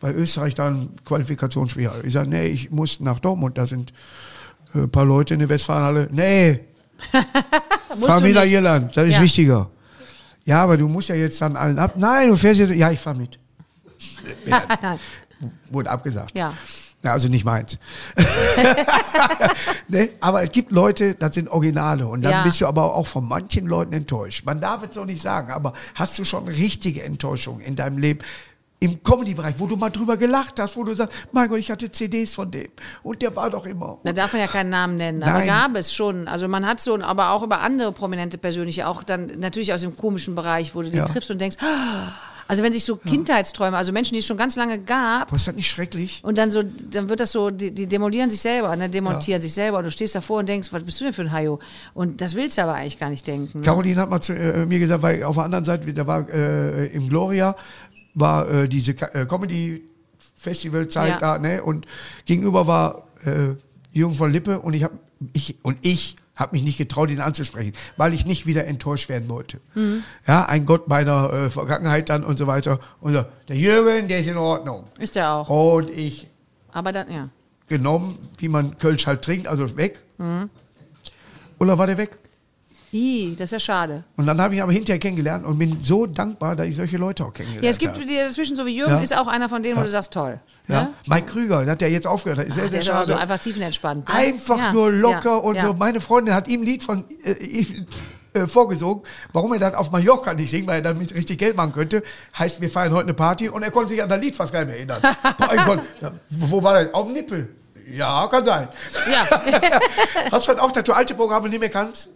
Weil Österreich da ein Qualifikationsspiel hat. Ich sage, nee, ich muss nach Dortmund, da sind äh, ein paar Leute in der Westfalenhalle. Nee,
Musst
fahr
du
mit nach
nicht.
Irland, das ist
Ja.
wichtiger. Ja, aber du musst ja jetzt dann allen ab. Nein, du fährst jetzt. Ja, ich
[LAUGHS]
fahr mit.
Nein.
Wurde abgesagt.
Ja.
Na, also nicht meins. [LAUGHS] ne? Aber es gibt Leute, das sind Originale. Und dann
Ja.
bist du aber auch von manchen Leuten enttäuscht. Man darf es doch nicht sagen, aber hast du schon richtige Enttäuschungen in deinem Leben? Im Comedy-Bereich, wo du mal drüber gelacht hast, wo du sagst, mein Gott, ich hatte CDs von dem. Und der war doch immer.
Da darf man ja keinen Namen nennen, aber
Nein.
gab es schon. Also man hat so, aber auch über andere prominente Persönliche, auch dann natürlich aus dem komischen Bereich, wo du die
Ja.
triffst und denkst, [GASPS] "Ah." also wenn sich so Kindheitsträume, also Menschen, die es schon ganz lange gab,
Boah, ist das nicht schrecklich?
und dann so, dann wird das so, die, die demolieren sich selber, ne? demontieren sich selber und du stehst davor und denkst, was bist du denn für ein Hajo? Und das willst du aber eigentlich gar nicht denken. Ne?
Mhm. Caroline hat mal zu äh, mir gesagt, weil auf der anderen Seite, da war äh, im Gloria, war äh, diese Ka- äh, Comedy-Festival-Zeit
Ja.
da, ne? Und gegenüber war äh, Jürgen von Lippe und ich habe ich und ich habe mich nicht getraut, ihn anzusprechen, weil ich nicht wieder enttäuscht werden wollte. Ja, ein Gott meiner äh, Vergangenheit dann und so weiter. Und so, der Jürgen, der ist in Ordnung.
Ist der auch.
Und ich
Aber dann, ja.
genommen, wie man Kölsch halt trinkt, also weg. Oder war der weg?
Ih, das wäre schade.
Und dann habe ich ihn aber hinterher kennengelernt und bin so dankbar, dass ich solche Leute auch kennengelernt
Ja, es gibt
habe.
die dazwischen, so wie Jürgen,
Ja.
ist auch einer von denen, wo
Ja.
du sagst, toll.
Ja?
Ne?
Mike Krüger, der hat ja jetzt aufgehört. Das ist sehr,
Ach, der
sehr
ist aber
schade.
so einfach tiefenentspannt. Ne?
Einfach
Ja,
nur locker
ja,
und
ja.
so. Meine Freundin hat ihm ein Lied von äh, ich, äh, vorgesungen, warum er dann auf Mallorca nicht singt, weil er damit richtig Geld machen könnte. Heißt, wir feiern heute eine Party und er konnte sich an das Lied fast gar nicht mehr
[LAUGHS]
erinnern. mein Gott, na, wo war das? Auf dem Nippel. Ja, kann sein.
Ja. [LAUGHS]
Hast du halt auch, dass du alte Programme nicht mehr kannst?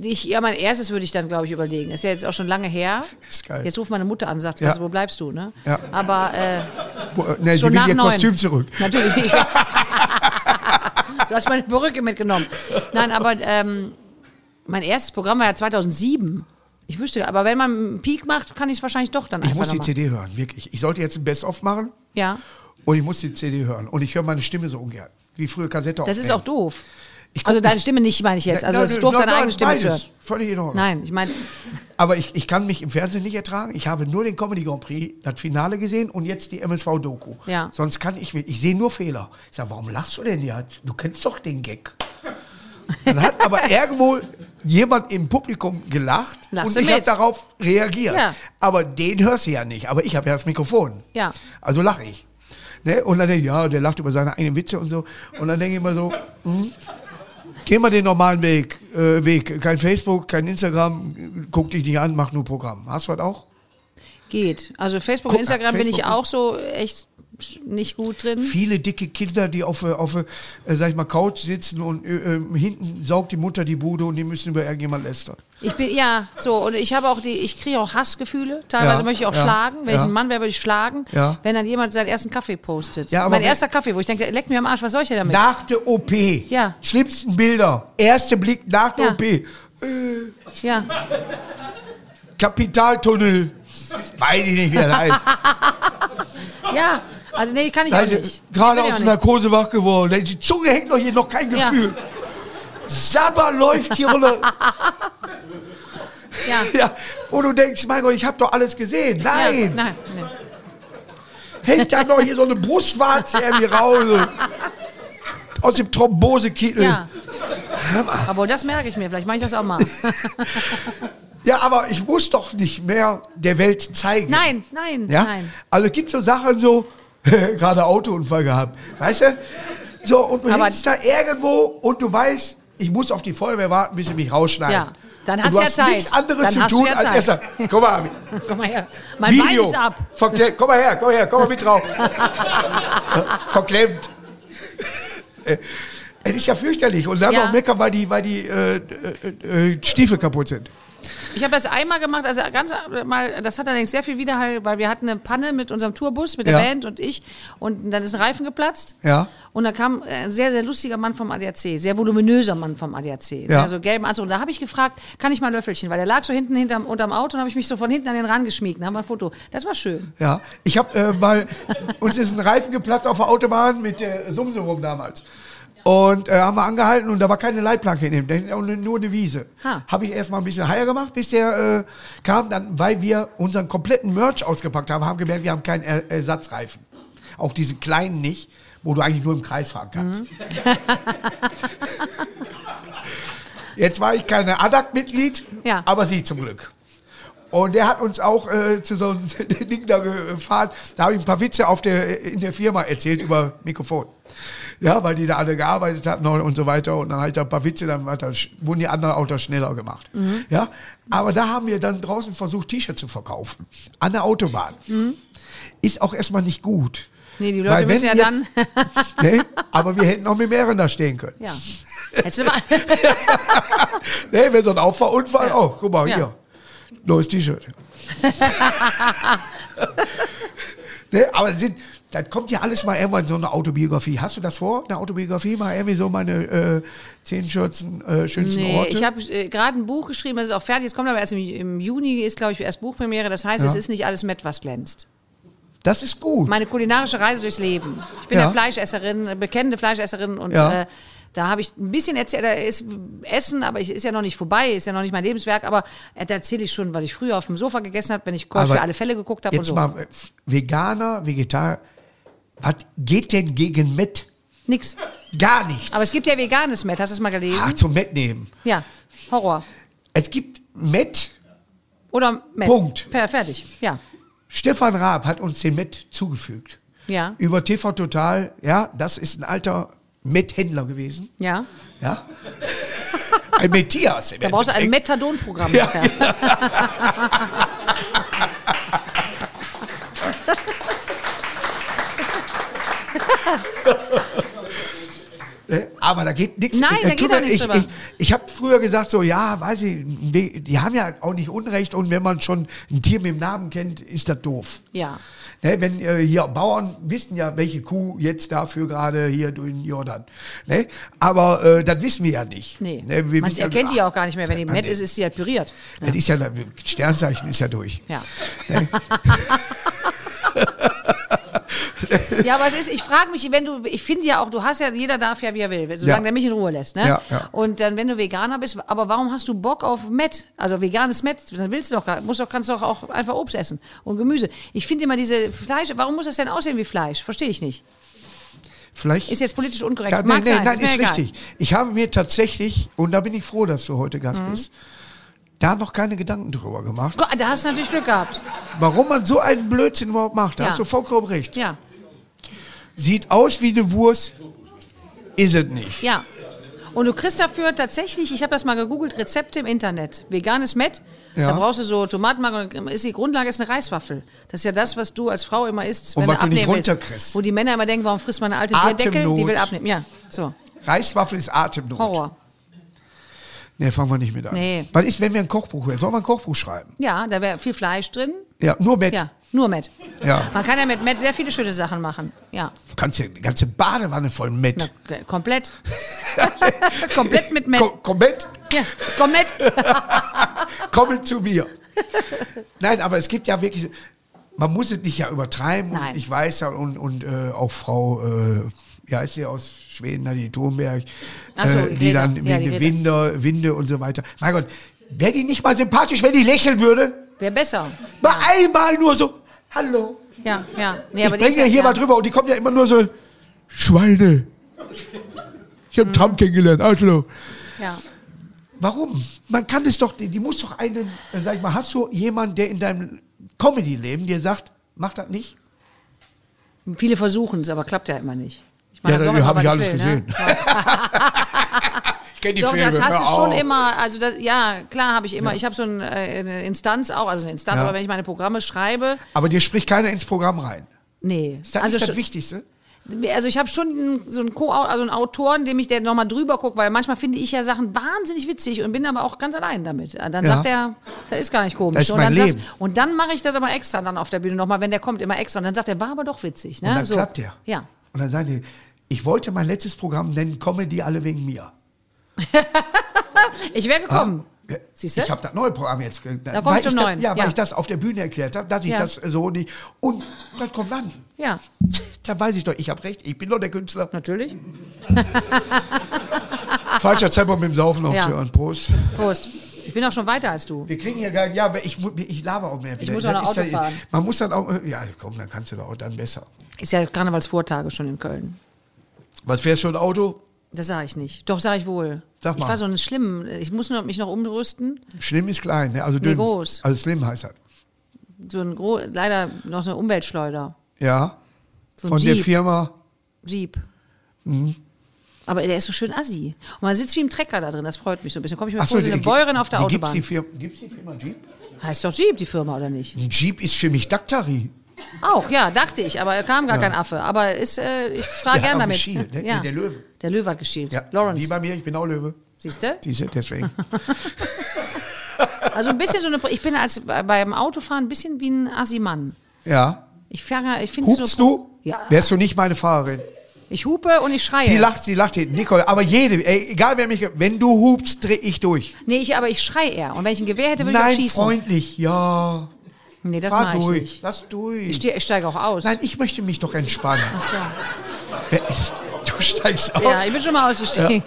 Ich, ja, mein erstes würde ich dann, glaube ich, überlegen. Ist ja jetzt auch schon lange her.
Ist geil.
Jetzt ruft meine Mutter an und sagt,
Ja.
Katze, wo bleibst du? Ne?
Ja.
Aber äh,
Wo, äh, ne, sie
schon
will
nach
ihr
neun.
Kostüm zurück.
Natürlich. nicht. [LAUGHS] du hast meine Perücke mitgenommen. Nein, aber ähm, mein erstes Programm war ja 2007. Ich wüsste, aber wenn man einen Peak macht, kann ich es wahrscheinlich doch dann
Ich
einfach
muss die
noch machen.
CD hören, wirklich. Ich sollte jetzt ein Best-of machen.
Ja,
Und ich muss die CD hören. Und ich höre meine Stimme so ungern. Wie früher Kassette
das ist auch doof.
Ich guck
Also deine
nicht-
Stimme nicht, meine ich jetzt. Also
Na,
es ist
na,
doof,
na,
seine
na,
eigene Stimme zu hören.
beides. Völlig in Ordnung.
Nein, ich meine,
Aber ich, ich kann mich im Fernsehen nicht ertragen. Ich habe nur den Comedy Grand Prix, das Finale gesehen und jetzt die MSV-Doku.
Ja.
Sonst kann ich mir, ich sehe nur Fehler. Ich sage, warum lachst du denn jetzt? Du kennst doch den Gag. Dann hat
[LAUGHS]
aber irgendwo jemand im Publikum gelacht
Lachst
und
du
ich habe
mit.
darauf reagiert.
Ja.
Aber den hörst du ja nicht. Aber ich habe ja das Mikrofon.
Ja.
Also lache ich. Ne? Und dann denke ich, ja, der lacht über seine eigenen Witze und so. Und dann denke ich immer so, hm, geh mal den normalen Weg, äh, Weg. Kein Facebook, kein Instagram, guck dich nicht an, mach nur Programm. Hast du das auch?
geht. Also Facebook
Guck,
und Instagram bin ich
Facebook ist-
auch so echt nicht gut drin.
Viele dicke Kinder, die auf, äh, auf äh, sag ich mal, Couch sitzen und äh, äh, hinten saugt die Mutter die Bude und die müssen über irgendjemand lästern.
Ich bin, ja, so, und ich habe auch die, ich kriege auch Hassgefühle. Teilweise
Ja,
möchte ich auch
ja,
schlagen. Wenn
ja.
ich ein Mann wäre, würde ich schlagen.
Ja.
Wenn dann jemand seinen ersten Kaffee postet.
Ja, aber
mein
wenn-
erster Kaffee, wo ich denke, leck mir am Arsch, was soll ich denn damit?
Nach der OP.
Ja.
Schlimmsten Bilder. Erster Blick nach der
Ja.
OP.
ja.
Kapitaltunnel. Weiß ich nicht, wie er heißt.
ja. Also nee, kann ich
Da
auch
ist
nicht.
er gerade
Ich
aus
bin ja
der
auch nicht.
Narkose wach geworden. Die Zunge hängt noch hier, noch kein
Ja.
Gefühl. Sabber läuft hier
[LAUGHS]
runter.
Ja.
ja, wo du denkst, mein Gott, ich habe doch alles gesehen.
Ja,
Nein,
nein, nee.
hängt da noch hier so eine Brustwarze irgendwie
[LAUGHS]
raus. Aus dem Thrombosekittel.
Ja. Obwohl, das merke ich mir. Vielleicht mache ich das auch
[LAUGHS]
mal.
Ja, aber ich muss doch nicht mehr der Welt zeigen.
Nein, nein,
Ja?
nein.
Also es gibt so Sachen so, [LAUGHS] gerade Autounfall gehabt, weißt du? So, und du
Aber-
hängst da irgendwo und du weißt, ich muss auf die Feuerwehr warten, bis sie mich rausschneiden.
Ja, dann
Und
hast
du
du ja
hast
Zeit.
nichts anderes
Dann
zu
hast du
tun
ja
als
Zeit.
Esser. Guck mal, Armin,
Komm mal her. [LAUGHS] Mein
Video.
Bein ist ab.
Verkle- komm mal her, komm mal her, komm mal mit
[LAUGHS]
drauf. Äh, Verklemmt. Äh, Es ist ja fürchterlich. Und dann
Ja.
noch meckern, weil die, weil die äh, äh, äh, Stiefel kaputt sind.
Ich habe das einmal gemacht, also ganz mal, das hat allerdings sehr viel Widerhall, weil wir hatten eine Panne mit unserem Tourbus, mit der
Ja.
Band und ich. Und dann ist ein Reifen geplatzt.
Ja.
Und da kam ein sehr, sehr lustiger Mann vom ADAC, sehr voluminöser Mann vom ADAC.
Ja.
Also gelben Anzug. Und da habe ich gefragt, kann ich mal Löffelchen? Weil der lag so hinten hinterm, unterm Auto und habe ich mich so von hinten an den Rand geschmiegt. Dann haben wir ein Foto. Das war schön.
Ja, ich habe äh, mal, uns ist ein Reifen geplatzt auf der Autobahn mit äh, Sumse rum damals. Und äh, haben wir angehalten und da war keine Leitplanke in dem, Ding, und nur eine Wiese.
Ha.
Habe ich erstmal ein bisschen heier gemacht, bis der äh, kam, dann, weil wir unseren kompletten Merch ausgepackt haben, haben gemerkt, wir haben keinen er Ersatzreifen. Auch diesen kleinen nicht, wo du eigentlich nur im Kreis fahren kannst. Jetzt war ich keine ADAC-Mitglied,
Ja.
aber sie zum Glück. Und der hat uns auch äh, zu so einem [LAUGHS] Ding da gefahren. Da habe ich ein paar Witze auf der, in der Firma erzählt über Mikrofon. Ja, weil die da alle gearbeitet hatten und so weiter. Und dann halt da ein paar Witze, dann hat er, wurden die anderen Autos schneller gemacht. Ja, aber da haben wir dann draußen versucht, T-Shirts zu verkaufen. An der Autobahn. Ist auch erstmal nicht gut.
Nee, die Leute
Weil wenn
müssen ja
jetzt- nee, aber wir hätten auch mit mehreren da stehen können.
Ja. Hättest
[LAUGHS]
du mal.
Nee, wenn so ein Auffahrunfall,
Ja.
oh, guck mal,
Ja.
hier.
[LAUGHS]
Neues T-Shirt. nee, aber sind, das kommt ja alles mal irgendwann so eine Autobiografie. Hast du das vor? Eine Autobiografie? Mal irgendwie so meine äh, zehn schönsten, äh, schönsten
Nee,
Orte?
ich habe äh, gerade ein Buch geschrieben, das ist auch fertig. Es kommt aber erst im, im Juni, ist, glaube ich, erst Buchpremiere. Das heißt,
Ja.
es ist nicht alles Mett, was glänzt.
das ist gut.
Meine kulinarische Reise durchs Leben. Ich bin
Ja.
ja, Fleischesserin, äh, bekennende Fleischesserin und
Ja.
äh, da habe ich ein bisschen erzählt, da ist Essen, aber ich, ist ja noch nicht vorbei, ist ja noch nicht mein Lebenswerk, aber äh, da erzähle ich schon, was ich früher auf dem Sofa gegessen habe, wenn ich Koch
Aber
für alle Fälle geguckt habe und
Jetzt
so.
mal äh, Veganer, Vegetarier. Was geht denn gegen Met?
Nix.
Gar nichts.
Aber es gibt ja veganes Mett, hast du das mal gelesen?
Ach, zum Met nehmen.
Ja, Horror.
Es gibt Met.
Oder Mett.
Punkt.
Per, fertig, ja.
Stefan Raab hat uns den Met zugefügt.
Ja,
über TV Total, ja, das ist ein alter Methändler gewesen,
ja. [LAUGHS]
ja. Ein Matthias.
Da brauchst du ein Methadon-Programm. nachher.
[LAUGHS] Ne, Aber da geht nichts.
Nein,
Äh,
da
tut
geht
mir-
auch nichts
Ich,
drüber.
ich, ich habe früher gesagt, so, ja, weiß ich, we- die haben ja auch nicht Unrecht und wenn man schon ein Tier mit dem Namen kennt, ist das doof.
Ja.
Ne, wenn äh, hier Bauern wissen ja, welche Kuh jetzt dafür gerade hier durch den Jordan. Ne? Aber äh, das wissen wir ja nicht.
Nee.
Ne, wir
Man
wissen
erkennt die ja
ach,
auch gar nicht mehr. Wenn die
Ah,
Met
nee.
ist, ist die halt püriert.
Das ist ja, Sternzeichen ist ja durch. [LAUGHS]
Ja. ja, aber es ist, ich frage mich, wenn du, ich finde ja auch, du hast ja, jeder darf ja, wie er will, solange
Ja.
der mich in Ruhe lässt, ne?
Ja, ja.
Und dann, wenn du Veganer bist, aber warum hast du Bock auf Met? Also veganes Met, dann willst du doch, gar- musst doch, kannst doch auch einfach Obst essen und Gemüse. Ich finde immer diese Fleisch, warum muss das denn aussehen wie Fleisch? Verstehe ich nicht.
Vielleicht
Ist jetzt politisch unkorrekt.
Ja,
Mag sein,
nein, nein, nein,
ist,
ist,
mir egal.
richtig. Ich habe mir tatsächlich, und da bin ich froh, dass du heute Gast
Mhm.
bist, da noch keine Gedanken drüber gemacht,
Gott, da hast du natürlich Glück gehabt.
warum man so einen Blödsinn überhaupt macht. Da
Ja.
hast du vollkommen recht.
Ja,
Sieht aus wie eine Wurst, ist es nicht.
ja. Und du kriegst dafür tatsächlich, ich habe das mal gegoogelt, Rezepte im Internet. Veganes Met,
Ja.
da brauchst du so Tomatenmark und dann ist die Grundlage ist eine Reiswaffel. Das ist ja das, was du als Frau immer isst,
Und
wenn
was
du
du nicht
abnehmen
runterkriegst.
willst. Wo die Männer immer denken, warum frisst man eine alte Bierdecke? Die
Atemnot. Oh
will abnehmen. Ja, so,
Reiswaffel ist Atemnot.
Horror.
Nee, fangen wir nicht mit an.
Nee.
Was ist, wenn wir ein Kochbuch werden? Sollen wir ein Kochbuch schreiben?
Ja, da wäre viel Fleisch drin.
Ja, nur Bett.
Ja, nur Met.
Ja.
Man kann ja mit Met sehr viele schöne Sachen machen. Ja,
Du kannst ja die ganze Badewanne voll mit.
Na, k- komplett. [LAUGHS] komplett mit Met.
Komm, komm mit,
Ja, komm mit. [LAUGHS]
komm mit zu mir. Nein, aber es gibt ja wirklich. man muss es nicht ja übertreiben.
Nein.
Und ich weiß ja, und, und äh, auch Frau, äh, ja, ist sie aus Schweden, da die Thunberg,
Ach so,
äh,
Greta.
die dann
Ja,
mit
die
den
Greta.
Winde, Winde und so weiter. Mein Gott, wäre die nicht mal sympathisch, wenn die lächeln würde?
Wäre besser.
Mal einmal nur so, hallo.
Ja, ja. Nee,
ich
die
bringe
ist
ja hier
ja,
mal drüber und die kommen ja immer nur so, Schweine. Ich habe Trump kennengelernt, Arschloch.
Ja.
Warum? Man kann es doch, die, die muss doch einen, äh, sag ich mal, hast du jemanden, der in deinem Comedy-Leben dir sagt, mach das nicht?
Viele versuchen es, aber klappt ja immer nicht. Ich da
Ja, die
glaubt man
habe ich
aber
alles
nicht
gesehen.
Ne?
Ich kenne [LAUGHS] die
Doch, das hast
hör
du schon
auf.
immer. Also das, ja, klar habe ich immer. Ich habe so ein, äh, eine Instanz auch, also eine Instanz,
Ja.
aber wenn ich meine Programme schreibe,
Aber dir spricht keiner ins Programm rein.
nee.
Ist das
also
nicht das
schon-
Wichtigste?
Also ich habe schon einen- so einen Co also einen Autoren, dem ich der nochmal drüber gucke, weil manchmal finde ich ja Sachen wahnsinnig witzig und bin aber auch ganz allein damit. Äh, Dann sagt er, das ist gar nicht komisch.
Das ist
und,
mein
dann
Leben.
sagst- und dann mache ich das aber extra dann auf der Bühne nochmal, wenn der kommt, immer extra. Und dann sagt er, war aber doch witzig. Ne?
Und dann
so.
klappt der.
Ja.
Und dann sagen die, ich wollte mein letztes Programm nennen, Comedy alle wegen mir.
Ich
Ah.
wäre gekommen.
Ja,
Siehst du?
Ich habe das neue Programm jetzt. Da
kommt
weil
zum
ich das-
Neuen,
Ja, weil
ja.
ich das auf der Bühne erklärt habe, dass ich
Ja.
das so nicht. Und das kommt an.
Ja,
Da weiß ich doch, ich habe recht, ich bin doch der Künstler.
natürlich. Ah.
Falscher Zeitpunkt mit dem Saufen aufzuhören. Prost.
Prost. Ich bin auch schon weiter als du.
Wir kriegen hier gar ja, ich, mu- ich laber auch mehr wieder.
muss auch
Das
noch
ist
Auto
ja,
fahren.
Man muss dann auch, ja komm, dann kannst du doch auch dann besser.
Ist ja Karnevalsvortage schon in Köln.
Was wär's für ein Auto?
Das sage ich nicht. Doch, sage ich wohl.
Sag mal.
Ich war so ein schlimm. Ich muss noch, mich noch umrüsten.
Schlimm ist klein, ne? also dünn.
groß.
Also slim heißt das.
So ein gro leider noch so eine Umweltschleuder.
Ja,
So ein
von der Mhm.
Jeep.
Firma.
Jeep. Aber der ist so schön assi. Und man sitzt wie im Trecker da drin, das freut mich so ein bisschen. Komme ich mir
Ach
vor, so eine
die-
Bäuerin auf der
die
Autobahn.
Gibt's die Firma, gibt's die Firma Jeep?
heißt doch Jeep, die Firma, oder nicht?
Ein Jeep ist für mich Daktari.
Ah, Auch, ja, dachte ich, aber kam gar kein Affe. Aber ist, äh, ich fahre
Der hat
gern
auch
damit.
geschielt, ne?
Ja.
Nee, der Löwe.
Der Löwe hat geschielt.
Ja, Wie
Lawrence.
bei mir, ich bin auch Löwe.
Siehst du?
Diese,
[LAUGHS]
deswegen.
Also ein bisschen so eine. Ich bin als bei- beim Autofahren ein bisschen wie ein Assi-Mann.
ja.
Ich fahre, ich finde
Hupst
so.
du?
Ja.
Wärst du nicht meine Fahrerin?
Ich hupe und ich schreie.
Sie lacht, sie lacht hinten. Nicole, aber jede, ey, egal wer mich, wenn du hupst, dreh ich durch.
Nee, ich, aber ich schreie eher. Und wenn ich ein Gewehr hätte, würde ich auch
Nein,
schießen.
freundlich, ja.
Nee, das
Fahr
mache ich
durch,
nicht.
lass durch.
Ich, ste ich steige auch aus.
Nein, ich möchte mich doch entspannen.
Ach so.
Wer- ich- Du steigst auf.
Ah. Ja, ich bin schon mal ausgestiegen.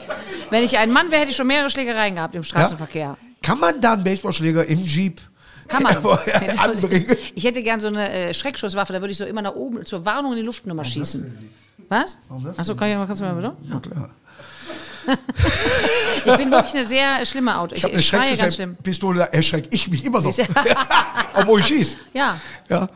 Wenn ich ein Mann wäre, hätte ich schon mehrere Schlägereien gehabt im Straßenverkehr.
Kann man da einen Baseballschläger im Jeep
Kann man.
Aber, [LAUGHS] ja, anbringen?
Ich hätte gern so eine äh, Schreckschusswaffe, da würde ich so immer nach oben zur Warnung in die Luft nochmal schießen. Was?
das
Achso, kann ich mal, kannst du mal bitte?
Na klar.
[LAUGHS] Ich bin wirklich eine sehr schlimme Auto. Ich,
Ich habe
ich,
eine
schreie ganz schlimm.
Schreckschusspistole, da erschrecke ich mich immer noch.
Siehst du?
Obwohl ich schieß.
Ja.
Ja.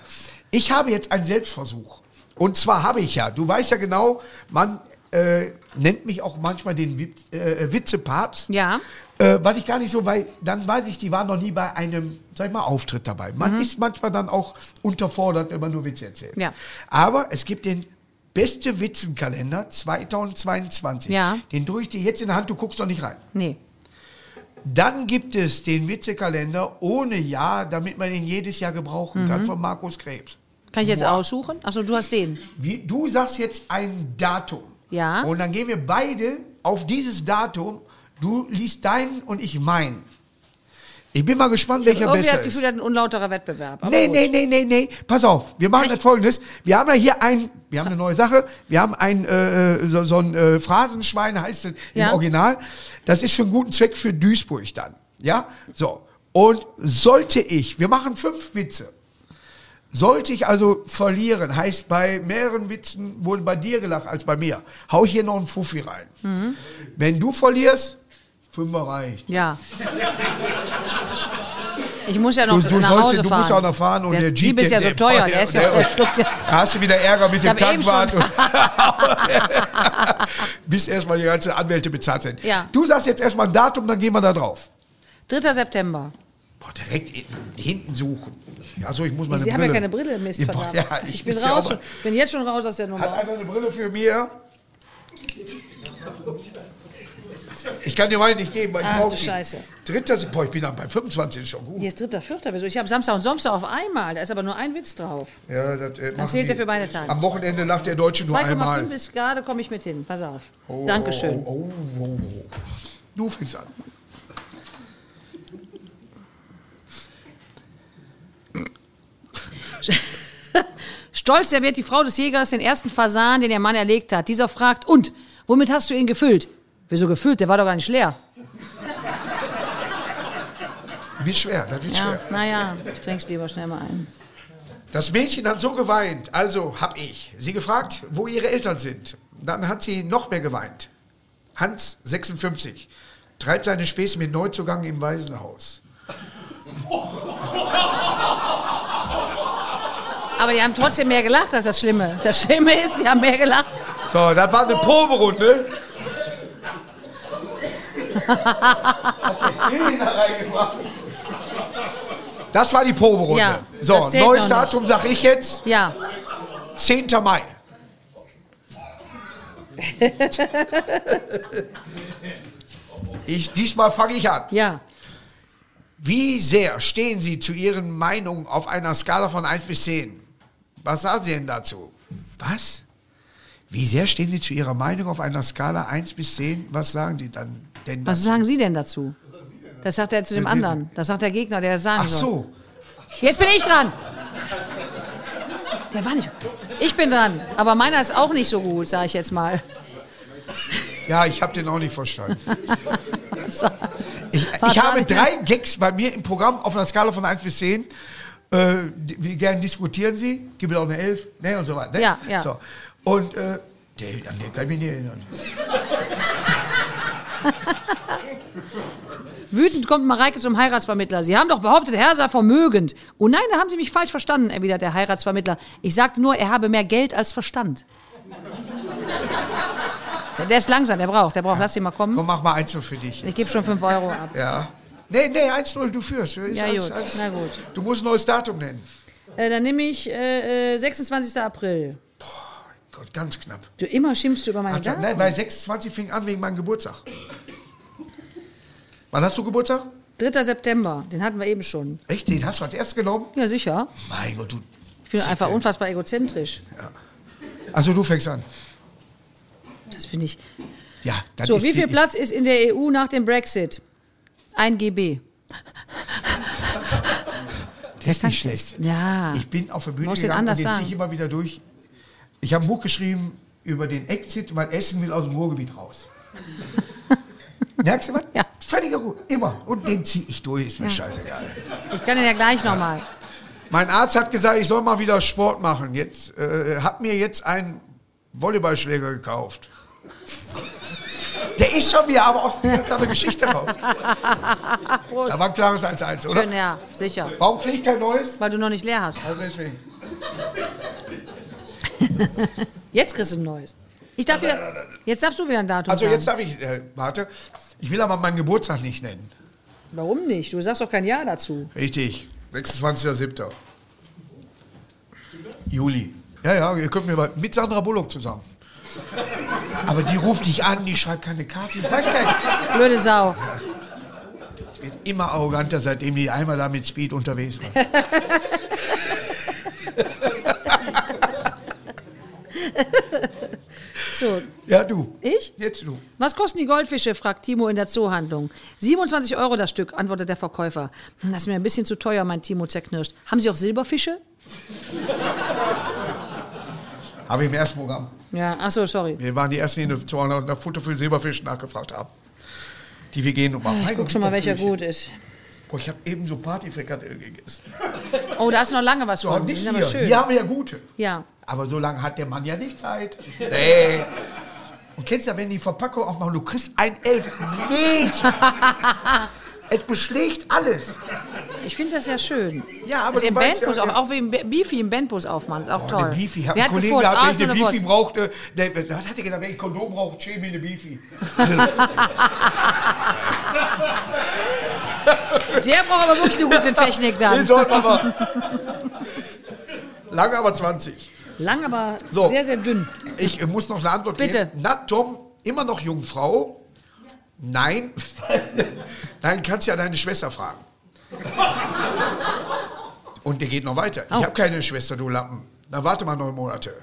Ich habe jetzt einen Selbstversuch. Und zwar habe ich ja, du weißt ja genau, man äh, nennt mich auch manchmal den Wip- äh, Witzepapst.
Ja.
Äh, weil ich gar nicht so, weil dann weiß ich, die waren noch nie bei einem, sag ich mal, Auftritt dabei. Man ist manchmal dann auch unterfordert, wenn man nur Witze erzählt.
Mhm. Ja.
Aber es gibt den beste Witzenkalender 2022.
Ja.
Den tue ich dir jetzt in der Hand, du guckst doch nicht rein.
Nee.
Dann gibt es den Witzekalender ohne Jahr, damit man ihn jedes Jahr gebrauchen
Mhm.
kann, von Markus Krebs.
Kann ich jetzt aussuchen? Achso, du hast den.
Wie, du sagst jetzt ein Datum.
Ja.
Und dann gehen wir beide auf dieses Datum. Du liest deinen und ich meinen. Ich bin mal gespannt, welcher
Irgendwie
besser
das Gefühl,
ist.
das ist ein unlauterer Wettbewerb. Aber
Nee,
gut.
nee, nee, nee, nee. Pass auf, wir machen das folgendes. Wir haben ja hier ein, wir haben eine neue Sache. Wir haben ein, äh, so, so ein äh, Phrasenschwein heißt es
Ja.
im Original. Das ist für einen guten Zweck für Duisburg dann. Ja, so. Und sollte ich, wir machen fünf Witze. Sollte ich also verlieren, heißt bei mehreren Witzen wurde bei dir gelacht als bei mir, hau ich hier noch einen Fuffi rein.
Mhm.
Wenn du verlierst, Fünfer reicht.
Ja. Ich muss ja noch
Du, du,
nach
sollst,
Hause
du
fahren.
musst auch noch fahren und der,
der
Jeep...
Jeep ist ja so
der-
teuer, der ist
[LAUGHS]
ja... Der schluckt ja
Da hast du wieder Ärger mit
Ich
dem
hab eben
Tankwart.
[LAUGHS]
und- [LAUGHS] Bis erstmal die ganzen Anwälte bezahlt sind.
Ja.
Du sagst jetzt erstmal ein Datum, dann gehen wir da drauf.
3. September.
Boah, direkt hinten, hinten suchen. Achso, ich muss meine
Sie
Brille...
haben ja keine Brille, Mist,
Ja, boah,
verdammt.
ja,
ich, bin
muss ja
raus,
auch
schon,
mal-
bin jetzt schon raus aus der
Hat
Nummer.
einer eine Brille für mir? Ich kann dir meine nicht geben, weil ich
Ach,
brauche
du
die.
Scheiße.
Dritter... Boah, ich bin dann bei 25, ist schon gut.
Hier ist 3. 4. Wieso? Ich habe Samstag und Sonntag auf einmal, da ist aber nur ein Witz drauf.
Ja, das, äh, machen
zählt
die.
er für beide Tage.
Am Wochenende lacht der Deutsche nur einmal.
2,5 bis gerade komme ich mit hin, pass auf. Dankeschön.
Oh, oh, oh, oh. Du fängst an.
Stolz serviert die Frau des Jägers den ersten Fasan, den ihr Mann erlegt hat. Dieser fragt, und, womit hast du ihn gefüllt? Wieso gefüllt? Der war doch gar nicht leer.
Wird schwer, das wird
Ja,
schwer.
naja, ich trinke lieber schnell mal ein.
Das Mädchen hat so geweint, also hab ich sie gefragt, wo ihre Eltern sind. Dann hat sie noch mehr geweint. Hans, 56, treibt seine Späße mit Neuzugang im Waisenhaus.
Aber die haben trotzdem mehr gelacht, das ist das Schlimme. Das Schlimme ist, die haben mehr gelacht.
So, das war eine Proberunde. Hat der Film da reingemacht? Das war die Proberunde.
Ja,
so,
das zählt
neues
noch nicht.
Datum sag ich jetzt,
Ja,
10. Mai. Ich, diesmal fange ich an.
ja.
Wie sehr stehen Sie zu Ihren Meinungen auf einer Skala von 1 bis 10? Was sagen Sie denn dazu? Was? Wie sehr stehen Sie zu Ihrer Meinung auf einer Skala 1 bis 10? Was sagen Sie dann denn
Was
dazu?
sagen Sie denn dazu? Das sagt er zu dem anderen. Das sagt der Gegner, der das sagen
Ach
soll.
so,
Jetzt bin ich dran. Der war nicht. Ich bin dran. Aber meiner ist auch nicht so gut, sage ich jetzt mal. [LAUGHS]
ja, ich habe den auch nicht verstanden.
So.
Ich,
Was
ich habe
sagen Sie?
drei Gags bei mir im Programm auf einer Skala von 1 bis 10. Äh, die- wie gern diskutieren Sie? Gib mir auch eine 11, ne, und so weiter. Ne?
Ja, ja.
So. Und äh, der, an den kann ich mich nicht erinnern.
Wütend kommt Mareike zum Heiratsvermittler. Sie haben doch behauptet, Herr sei vermögend. Oh nein, da haben Sie mich falsch verstanden, erwidert der Heiratsvermittler. Ich sagte nur, er habe mehr Geld als Verstand. Der- Der ist langsam, der braucht, der braucht. Lass ihn mal kommen.
Komm, mach mal 1 für dich.
Ich gebe schon 5 Euro ab.
Ja. Nee, nee, 1-0, du führst. Ist
Ja,
alles-
gut.
alles-
Na gut.
Du musst ein neues Datum nennen.
Äh, dann nehme ich äh, äh, 26. April.
Gott, ganz knapp.
Du immer schimpfst du über meinen
Ach, ne-
Daten.
nein, weil 26 fing an wegen meinem Geburtstag. Wann hast du Geburtstag?
3. September, den hatten wir eben schon.
Echt? Den hast du als erstes genommen?
Ja, sicher.
Mein Gott, du.
Ich bin einfach unfassbar egozentrisch.
Also du fängst an.
Das finde ich.
Ja, dann
So,
ist
wie
die-
viel
ich-
Platz ist in der EU nach dem Brexit? 1 GB.
Der ist nicht schlecht.
Ja.
Ich bin auf der Bühne
Ah. Muss den
gegangen
anders
und den
sagen.
ziehe ich immer wieder durch. Ich habe ein Buch geschrieben über den Exit, weil Essen will aus dem Ruhrgebiet
[LAUGHS]
raus. Merkst du was?
Ja.
Völliger Ruhe, immer. Und den ziehe ich durch, ist mir scheißegal.
Ich kann den ja gleich nochmal.
Mein Arzt hat gesagt, ich soll mal wieder Sport machen. Jetzt äh, hat mir jetzt einen Volleyballschläger gekauft. Der ist schon wieder aber aus der ganzen anderen Geschichte raus.
Prost.
Da war ein klares 1-1, oder?
Schön, ja, sicher.
Warum kriege ich kein neues?
Weil du noch nicht leer hast.
Also deswegen.
Jetzt kriegst du ein neues. Ich darf wieder, jetzt darfst du wieder ein Datum
Also
sagen.
jetzt darf ich, äh, warte, ich will aber meinen Geburtstag nicht nennen.
Warum nicht? Du sagst doch kein Ja dazu.
Richtig, 26.07. Juli. Ja, ja, ihr könnt mir mal, mit Sandra Bullock zusammen. Aber die ruft dich an, die schreibt keine Karte. Ich weiß gar nicht.
Blöde Sau.
Wird immer arroganter, seitdem die einmal da mit Speed unterwegs war.
So,
[LAUGHS] Ja, du.
ich?
Jetzt du.
Was kosten die Goldfische? fragt Timo in der Zoohandlung. 27 Euro das Stück, antwortet der Verkäufer. Hm, Das ist mir ein bisschen zu teuer, mein Timo zerknirscht. Haben Sie auch Silberfische?
Habe ich im ersten Programm.
Ja, ach so, sorry.
Wir waren die Ersten, die eine- zu einer einer Foto für Silberfisch nachgefragt haben. Die WG-Nummer.
Ich guck schon mal, welcher gut ist.
Boah, Oh, ich habe eben so Partyfrikadellen gegessen.
Oh, da ist noch lange was
Doch
von. Die
nicht
sind
hier.
aber schön.
Hier haben wir ja gute.
Ja.
Aber so lange hat der Mann ja nicht Zeit. Nee. Und kennst ja, wenn die Verpackung aufmachen, du kriegst ein Elf nicht. es beschlägt alles.
Ich finde das ja schön.
Ja, aber
das
du
im
weißt
Bandbus
ja-
auch, auch wie im Be- Beefy im Bandbus aufmachen, ist auch
Boah,
toll.
Eine Beefy, ich hab
Wir
einen
hatten
Kollegen
vor uns
gehabt,
Aas
wenn ich
und
eine Beefy
Wurst.
brauchte, der, was hat er gesagt, wenn ich ein Kondom brauche, schäme mir eine Beefy.
Der braucht aber wirklich eine
[LAUGHS]
gute Technik
Den
dann.
sollten wir mal. Lange aber 20.
Lang, aber
So.
sehr, sehr dünn. [LAUGHS]
Ich äh, muss noch eine Antwort
Bitte.
geben. Na, Tom, immer noch Jungfrau? Nein. [LAUGHS] Nein, kannst ja deine Schwester fragen. Und der geht noch weiter. Ich habe keine Schwester, du Lappen. Na, warte mal neun Monate.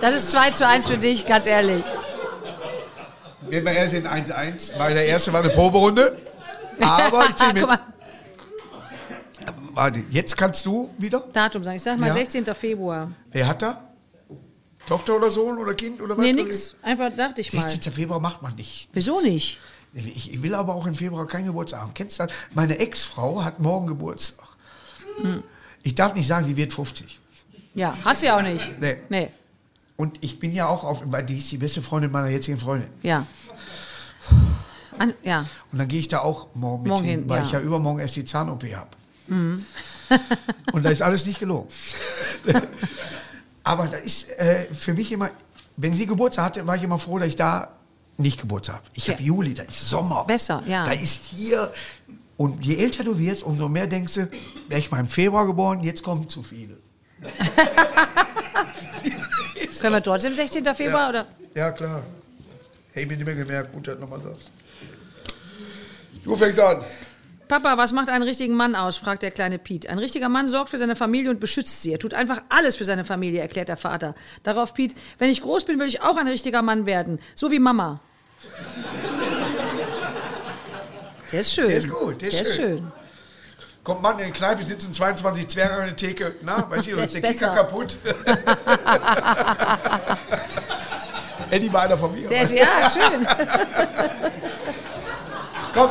Das ist 2 zu 1 für dich, ganz ehrlich.
Wenn wir erst in 1-1, weil der erste war eine Proberunde. Aber ich zieh
[LAUGHS]
mit.
Guck mal.
warte, jetzt kannst du wieder.
Datum sagen. Ich sag mal
Ja.
16. Februar.
Wer hat da? Tochter oder Sohn oder Kind oder was?
Nee, nix. Einfach dachte ich mal.
16. Februar macht man nicht.
Wieso nicht?
Ich ich will aber auch im Februar keinen Geburtstag haben. Kennst du das? Meine Ex-Frau hat morgen Geburtstag. Ich darf nicht sagen, sie wird 50.
Ja, hast du ja auch nicht.
Nee.
Nee.
Und ich bin ja auch auf, weil die ist die beste Freundin meiner jetzigen Freundin.
Ja. An, ja.
Und dann gehe ich da auch morgen mit
Morgen
hin,
hin,
weil
ja. Mhm.
ich ja übermorgen erst die Zahn-OP habe. [LAUGHS] Und da ist alles
[LAUGHS]
nicht gelogen. Aber da ist äh, für mich immer, wenn sie Geburtstag hatte, war ich immer froh, dass ich da nicht Geburtstag habe. Ich
Ja.
habe Juli, da ist Sommer.
Besser, ja.
Da ist hier. Und je älter du wirst, umso mehr denkst du, wäre ich mal im Februar geboren, jetzt kommen zu viele.
Können wir trotzdem 16. Februar oder?
Ja, klar. Hey, mir nicht mehr gemerkt, gut, dass du nochmal sagst. Du fängst an.
Papa, was macht einen richtigen Mann aus? fragt der kleine Piet. Ein richtiger Mann sorgt für seine Familie und beschützt sie. Er tut einfach alles für seine Familie, erklärt der Vater. Darauf Piet, wenn ich groß bin, will ich auch ein richtiger Mann werden. So wie Mama. Der ist schön.
Der ist gut, der ist schön. Kommt Mann in die Kneipe, sitzen 22 Zwerge an der Theke. Na, weißt
[LAUGHS]
du,
Der
ist der
ist
Kicker
besser. [LAUGHS]
kaputt. Eddie war einer von mir.
Der ist, ja,
[LAUGHS]
schön.
Komm,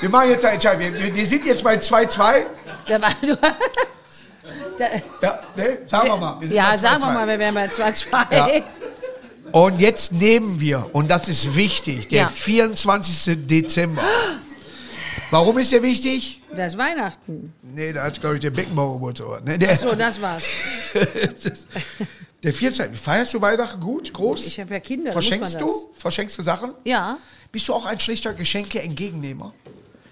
wir machen jetzt eine Entscheidung. Wir, wir- wir sind jetzt bei 2-2.
Der war, du, der,
Ja, ne? Sagen wir mal. sind bei
ja, sagen wir
2-2.
mal, wir wären bei 2-2.
Ja. Und jetzt nehmen wir, und das ist wichtig, der
Ja.
24. Dezember. Warum ist der wichtig?
Das ist Weihnachten.
Nee, da hat, glaube ich, der Beckenbauer Geburtstag. Ne? Der,
So, das war's.
der 24. Feierst du Weihnachten gut, groß?
Ich habe ja Kinder. da
Verschenkst
muss man das.
du? Verschenkst du Sachen?
Ja.
Bist du auch ein schlechter Geschenke-Entgegennehmer?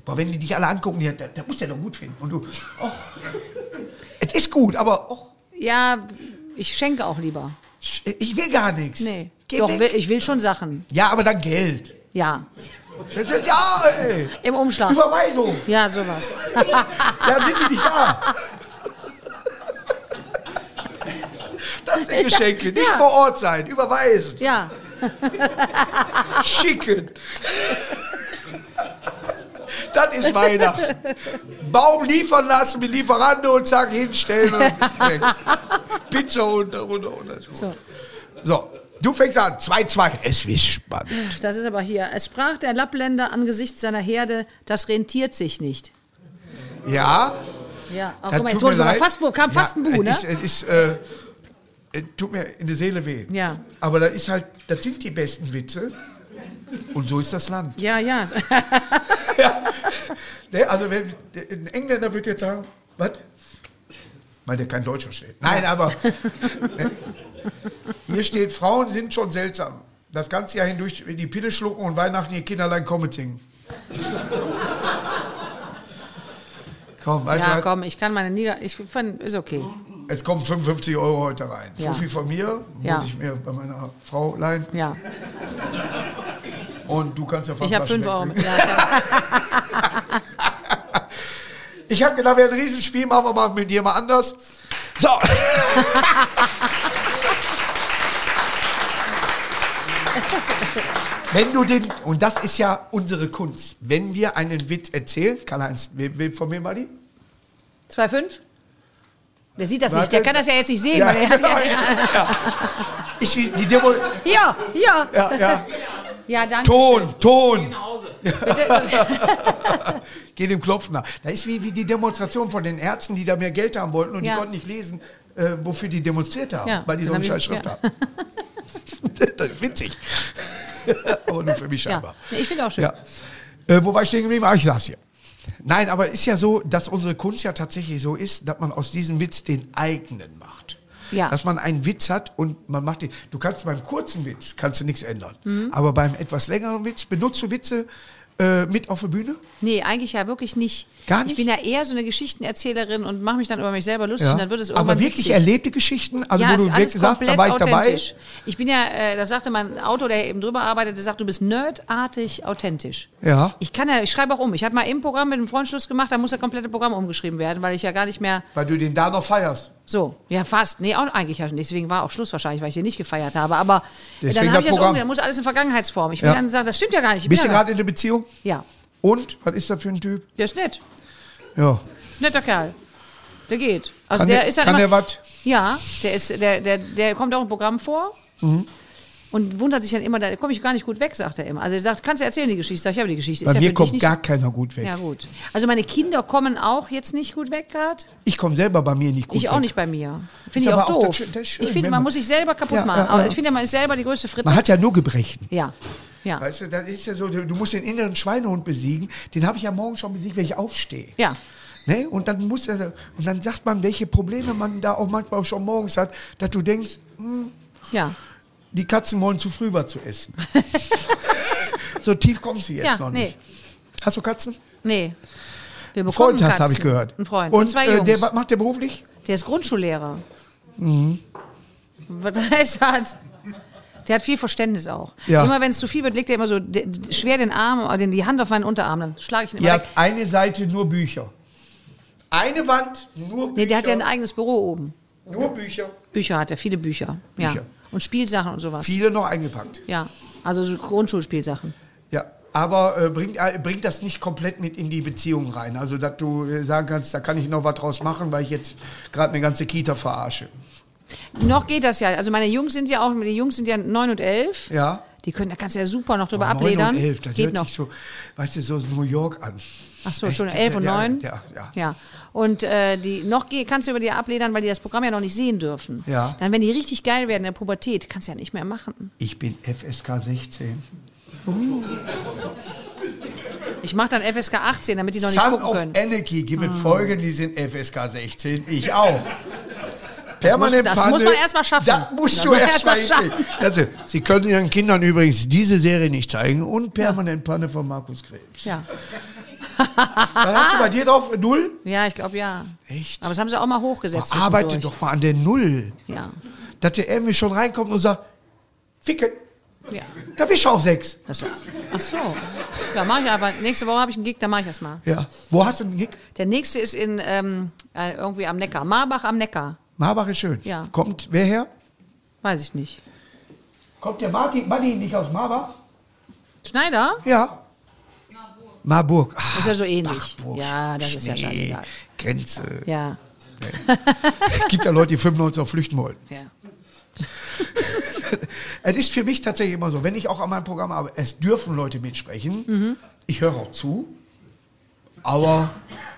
Boah, wenn die dich alle angucken, die, da, da muss der doch gut finden. Und du, ach, es ist gut, aber ach,
Ja, ich schenke auch lieber.
sch- ich will gar nichts.
Nee.
Geh
Doch,
weg.
will, ich will schon Sachen.
Ja, aber dann Geld.
Ja.
Das ist, ja, ey.
Im Umschlag.
Überweisung.
Ja, sowas.
Ja, sind die nicht da. Das sind Geschenke. Nicht
[LAUGHS] Ja.
vor Ort sein. Überweisen.
Ja.
Schicken. Das ist Weihnachten. Baum liefern lassen mit Lieferando und zack, hinstellen und weg. Pizza runter, runter, runter. So.
So.
so, du fängst an. 2-2. Es ist spannend.
Das ist aber hier. Es sprach der Lappländer angesichts seiner Herde, das rentiert sich nicht.
Ja.
Ja, auch Oh, guck
das
mal, jetzt
tut mir
wurde sogar
leid.
fast, Bu- kam fast ein Bu, ne?
Es, ist, es ist, äh, es tut mir in der Seele weh.
Ja.
Aber da ist halt, das sind die besten Witze. Und so ist das Land.
Ja, ja.
Ne, also wenn, der- ein Engländer würde jetzt sagen, was? Weil der kein Deutsch versteht. Nein, aber
[LAUGHS]
ne, hier steht, Frauen sind schon seltsam. Das ganze Jahr hindurch die Pille schlucken und Weihnachten ihr Kinderlein
[LAUGHS]
kommen singen. Komm, weißt
Ja,
du, was?
komm, ich kann meine Nieder. Ich fand, ist okay.
jetzt kommen 55 Euro heute rein.
Ja.
Fuffi von mir, muss
Ja.
ich mir bei meiner Frau leihen.
Ja.
Und du kannst ja fast
Ich habe
Flaschen
5 Euro.
wegbringen.
Ja,
Ich habe gedacht, wir haben ein Riesenspiel, machen wir mal mit dir mal anders. So. Wenn du den, und das ist ja unsere Kunst, wenn wir einen Witz erzählen, Karl-Heinz, wer- wer- von wem war die?
2,5? Der sieht das nicht.
Warte.
Der kann das [LAUGHS] ja jetzt nicht sehen.
Ja,
weil er-
genau, ja, ja. Ist wie die Demo,
Ja, ja.
ja, ja.
Ja, danke.
Ton, Ton,
Bitte.
[LAUGHS] geht dem Klopfen nach. Da ist wie, wie die Demonstration von den Ärzten, die da mehr Geld haben wollten und
Ja.
die konnten nicht lesen, äh, wofür die demonstriert haben,
Ja,
weil die so
dann
eine
hab
scheiß
ich-
Schrift
ja.
haben. [LAUGHS] das
[LAUGHS]
ist witzig. aber nur für mich
Ja.
scheinbar.
Nee, Ich finde auch schön.
Ja. Äh, wo war ich stehen geblieben? Ah, ich saß hier. Nein, aber ist ja so, dass unsere Kunst ja tatsächlich so ist, dass man aus diesem Witz den eigenen macht.
Ja.
Dass man einen Witz hat und man macht den. Du kannst beim kurzen Witz kannst du nichts ändern.
Mhm.
Aber beim etwas längeren Witz benutzt du Witze äh, mit auf der Bühne?
Nee, eigentlich ja wirklich nicht.
Gar nicht?
Ich bin ja eher so eine Geschichtenerzählerin und mache mich dann über mich selber lustig und dann wird es irgendwann
aber wirklich
witzig.
erlebte Geschichten, also
ja,
wo
ist
du
alles
wirklich sagst, da war ich
komplett
dabei.
authentisch. Ich bin ja, äh, das sagte mein Autor, der eben drüber arbeitet, der sagt, du bist nerdartig authentisch.
Ja.
Ich kann ja, ich schreibe auch um. Ich habe mal im Programm mit einem Freund Schluss gemacht, da muss das komplette Programm umgeschrieben werden, weil ich ja gar nicht mehr
Weil du den da noch feierst.
so, ja fast, nee, auch, eigentlich ja nicht. Deswegen war auch Schluss wahrscheinlich, weil ich hier nicht gefeiert habe. Aber äh,
Deswegen
dann habe ich das
das Programm.
um, dann muss alles in Vergangenheitsform. Ich will
Ja.
dann sagen, das stimmt ja gar nicht. Ich bin
Bist du
ja, gar-
gerade in der Beziehung?
ja,
Und? Was ist das für ein Typ?
der ist nett,
Ja.
netter Kerl. Der geht. Also
Kann
der,
der-
ist halt
kann
immer,
der wat?
Ja, der ist, der, der, der kommt auch im Programm vor.
Mhm.
Und wundert sich dann immer, da komme ich gar nicht gut weg, sagt er immer. Also er sagt, kannst du erzählen die Geschichte? Sag ich, aber die Geschichte ist
Bei
ja
mir
für dich
kommt
nicht.
gar keiner gut weg.
ja gut. Also meine Kinder kommen auch jetzt nicht gut weg gerade.
Ich komme selber bei mir nicht gut
Ich
weg.
auch nicht bei mir. Finde ich
aber
auch
auch das
doof.
Schö- das ist schön,
ich finde,
wenn
man
man-
muss sich selber kaputt
Ja,
machen.
ja,
Aber
ja.
ich finde, man ist selber die größte Fritte.
Man hat ja nur Gebrechen.
Ja. Ja.
Weißt du, das ist ja so, du du musst den inneren Schweinehund besiegen. Den habe ich ja morgen schon besiegt, wenn ich aufstehe.
Ja.
Ne? Und dann muss er, und dann sagt man, welche Probleme man da auch manchmal schon morgens hat, dass du denkst, hm,
Ja.
die Katzen wollen zu früh was zu
[LAUGHS]
essen. so tief kommst du jetzt
Ja,
noch
nee.
nicht. Hast du Katzen?
Nee. Wir bekommen
Freund hast, habe
Katzen.
ich gehört.
Ein Freund.
Und,
Und, zwei
äh,
Jungs.
der, was macht der beruflich?
Der ist Grundschullehrer. Was heißt das? Der hat viel Verständnis auch.
Ja.
Immer wenn es zu viel wird, legt er immer so d- d- schwer den Arm oder den, die Hand auf meinen Unterarm, dann schlage ich ihn immer
Ihr
weg.
habt eine Seite nur Bücher. Eine Wand, nur Bücher.
Nee, der hat ja ein eigenes Büro oben.
nur Bücher.
Bücher hat er, viele Bücher. Ja.
Bücher.
Und Spielsachen und sowas.
Viele noch eingepackt.
Ja. Also so Grundschulspielsachen.
Ja, aber äh, bringt äh, bringt das nicht komplett mit in die Beziehung rein. Also, dass du äh, sagen kannst, da kann ich noch was draus machen, weil ich jetzt gerade eine ganze Kita verarsche.
Noch geht das ja. Also meine Jungs sind ja auch, die Jungs sind ja 9 und 11.
Ja. Oh,
Die können, da kannst du ja super noch drüber
Neun
abledern.
und 11, das
geht
hört
noch.
sich so, weißt du, so aus New York an.
Ach so,
Echt?
schon 11 und
Ja,
9?
Ja, ja.
Ja. Und äh, die noch geh- kannst du über die abledern, weil die das Programm ja noch nicht sehen dürfen.
Ja.
Dann, wenn die richtig geil werden in der Pubertät, kannst du ja nicht mehr machen.
Ich bin FSK 16.
Ich mache dann FSK 18, damit die noch nicht
Son
gucken
of
können. Ah.
Anarchy gibt es Folgen, die sind FSK 16. Ich auch. [LAUGHS]
muss- das muss man erst mal schaffen.
Das musst
Das
du
muss man
erst mal
erst mal
hinkriegen. Also, Sie können Ihren Kindern übrigens diese Serie nicht zeigen und permanent Panne von Markus Krebs.
Ja.
Dann hast du bei dir drauf Null?
ja, ich glaube ja.
Echt?
Aber das haben sie auch mal hochgesetzt.
Arbeite
zwischendurch.
doch mal an der Null.
Ja.
Dass der irgendwie schon reinkommt und sagt, Ficken,
ja.
da bist du auf sechs.
Das, ach so. Ja, mache ich einfach. Nächste Woche habe ich einen Gig, dann mache ich das mal.
Ja. Wo hast du den Nick?
Der nächste ist in ähm, äh, irgendwie am Neckar. Marbach am Neckar.
Marbach ist schön.
Ja.
Kommt wer her?
Weiß ich nicht.
Kommt der Martin, Martin nicht aus Marbach?
Schneider?
Ja. Marburg. Ah,
Ist ja so ähnlich.
Marburg.
Ja, das ist ja
Schnee,
scheißegal.
Grenze.
Ja.
Es gibt ja Leute, die 95 flüchten wollen.
ja.
Es ist für mich tatsächlich immer so, wenn ich auch an meinem Programm arbeite, es dürfen Leute mitsprechen. Ich höre auch zu, aber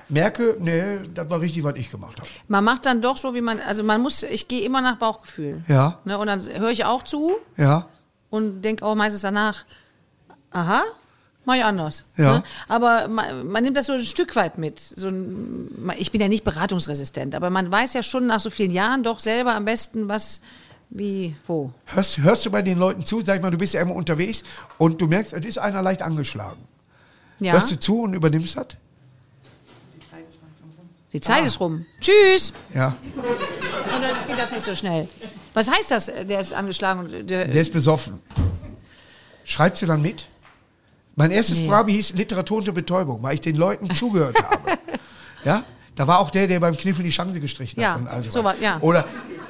merke, nee, das war richtig, was ich gemacht habe.
Man macht dann doch so, wie man, also man muss, ich gehe immer nach Bauchgefühl.
Ja.
Ne, und dann höre ich auch zu
Ja,
und denke auch meistens danach, aha, mach ich anders.
Ja.
Ne? Aber man, man nimmt das so ein Stück weit mit. So ein, ich bin ja nicht beratungsresistent, aber man weiß ja schon nach so vielen Jahren doch selber am besten, was, wie, wo.
Hörst, hörst du bei den Leuten zu, sag ich mal, du bist ja immer unterwegs und du merkst, es ist einer leicht angeschlagen.
Ja.
Hörst du zu und übernimmst das?
Die Zeit
ah.
ist rum. Tschüss.
Ja,
Und dann geht das nicht so schnell. Was heißt das, äh, der ist angeschlagen? und Der, [LAUGHS]
der ist besoffen. Schreibst du dann mit? Mein erstes
Nee.
Programm hieß Literatur unter Betäubung, weil ich den Leuten
[LAUGHS]
zugehört habe. Ja, da war auch der, der beim Kniffel die Chance gestrichen
Ja,
hat. und all so
so
was.
was, ja.
Oder,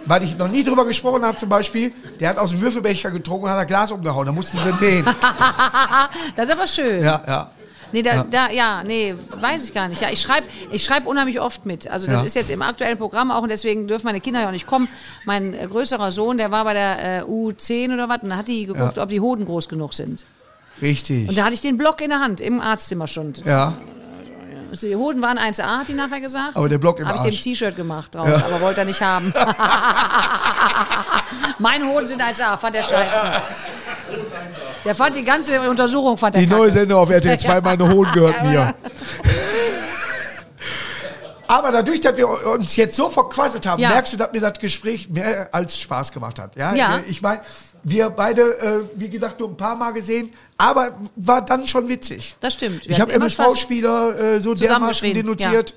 weil ich noch nie drüber gesprochen habe zum Beispiel, der hat aus dem Würfelbecher getrunken und hat ein Glas umgehauen, da mussten sie
[LAUGHS]
nähen.
Ah, das ist aber schön.
ja, ja.
Nee, da, ja. da, ja, nee, weiß ich gar nicht. Ja, ich schreibe ich schreib unheimlich oft mit. Also das
Ja.
ist jetzt im aktuellen Programm auch und deswegen dürfen meine Kinder ja auch nicht kommen. Mein äh, größerer Sohn, der war bei der äh, U10 oder was und da hat die geguckt, ob die Hoden groß genug sind. Und
Richtig.
da hatte ich den Block in der Hand, im Arztzimmer schon.
Ja,
Also die Hoden waren 1A, hat die nachher gesagt.
Aber der Block im
Habe ich
Arsch.
dem T-Shirt gemacht draus, aber wollte er nicht haben. [LAUGHS] Meine Hoden sind 1A, fand der scheiße. Der fand die ganze Untersuchung, fand der
die
kacke.
neue Sendung
[LAUGHS]
auf RTL 2, meine Hohen gehört mir. [LAUGHS] Aber dadurch, dass wir uns jetzt so verquasselt haben,
Ja.
merkst du, dass mir das Gespräch mehr als Spaß gemacht hat. Ja,
Ja.
ich meine, wir beide, äh, wie gesagt, nur ein paar Mal gesehen, aber war dann schon witzig.
Das stimmt. Wir
ich habe
hatten immer Spaß.
MSV-Spieler äh, so dermaßen
Zusammengeschrien, [LAUGHS]
denunziert.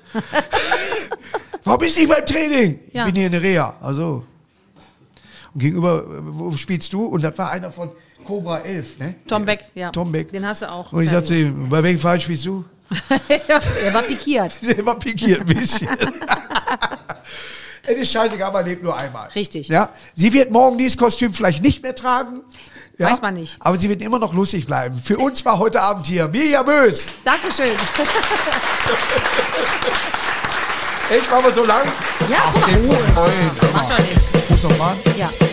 Warum bist du nicht beim Training?
Ja.
Ich bin hier in der Reha. Also. Und gegenüber, äh, wo spielst du? Und das war einer von Cobra 11, ne?
Tom Beck, ja.
Tom Beck.
Den hast du auch.
Und ich sagte zu ihm, bei welchem Verein spielst du? [LAUGHS]
[LAUGHS] er war pikiert.
Der war pikiert ein bisschen. [LAUGHS] Es ist scheißegal, man lebt nur einmal.
Richtig.
Ja, sie wird morgen dieses Kostüm vielleicht nicht mehr tragen. Ja,
Weiß man nicht.
Aber sie wird immer noch lustig bleiben. Für uns war heute Abend hier Mirja Bös.
Dankeschön. Ich war mal so lang.
Ja, guck mal.
Ach,
Oh, macht doch nichts.
Muss noch fahren.
Ja.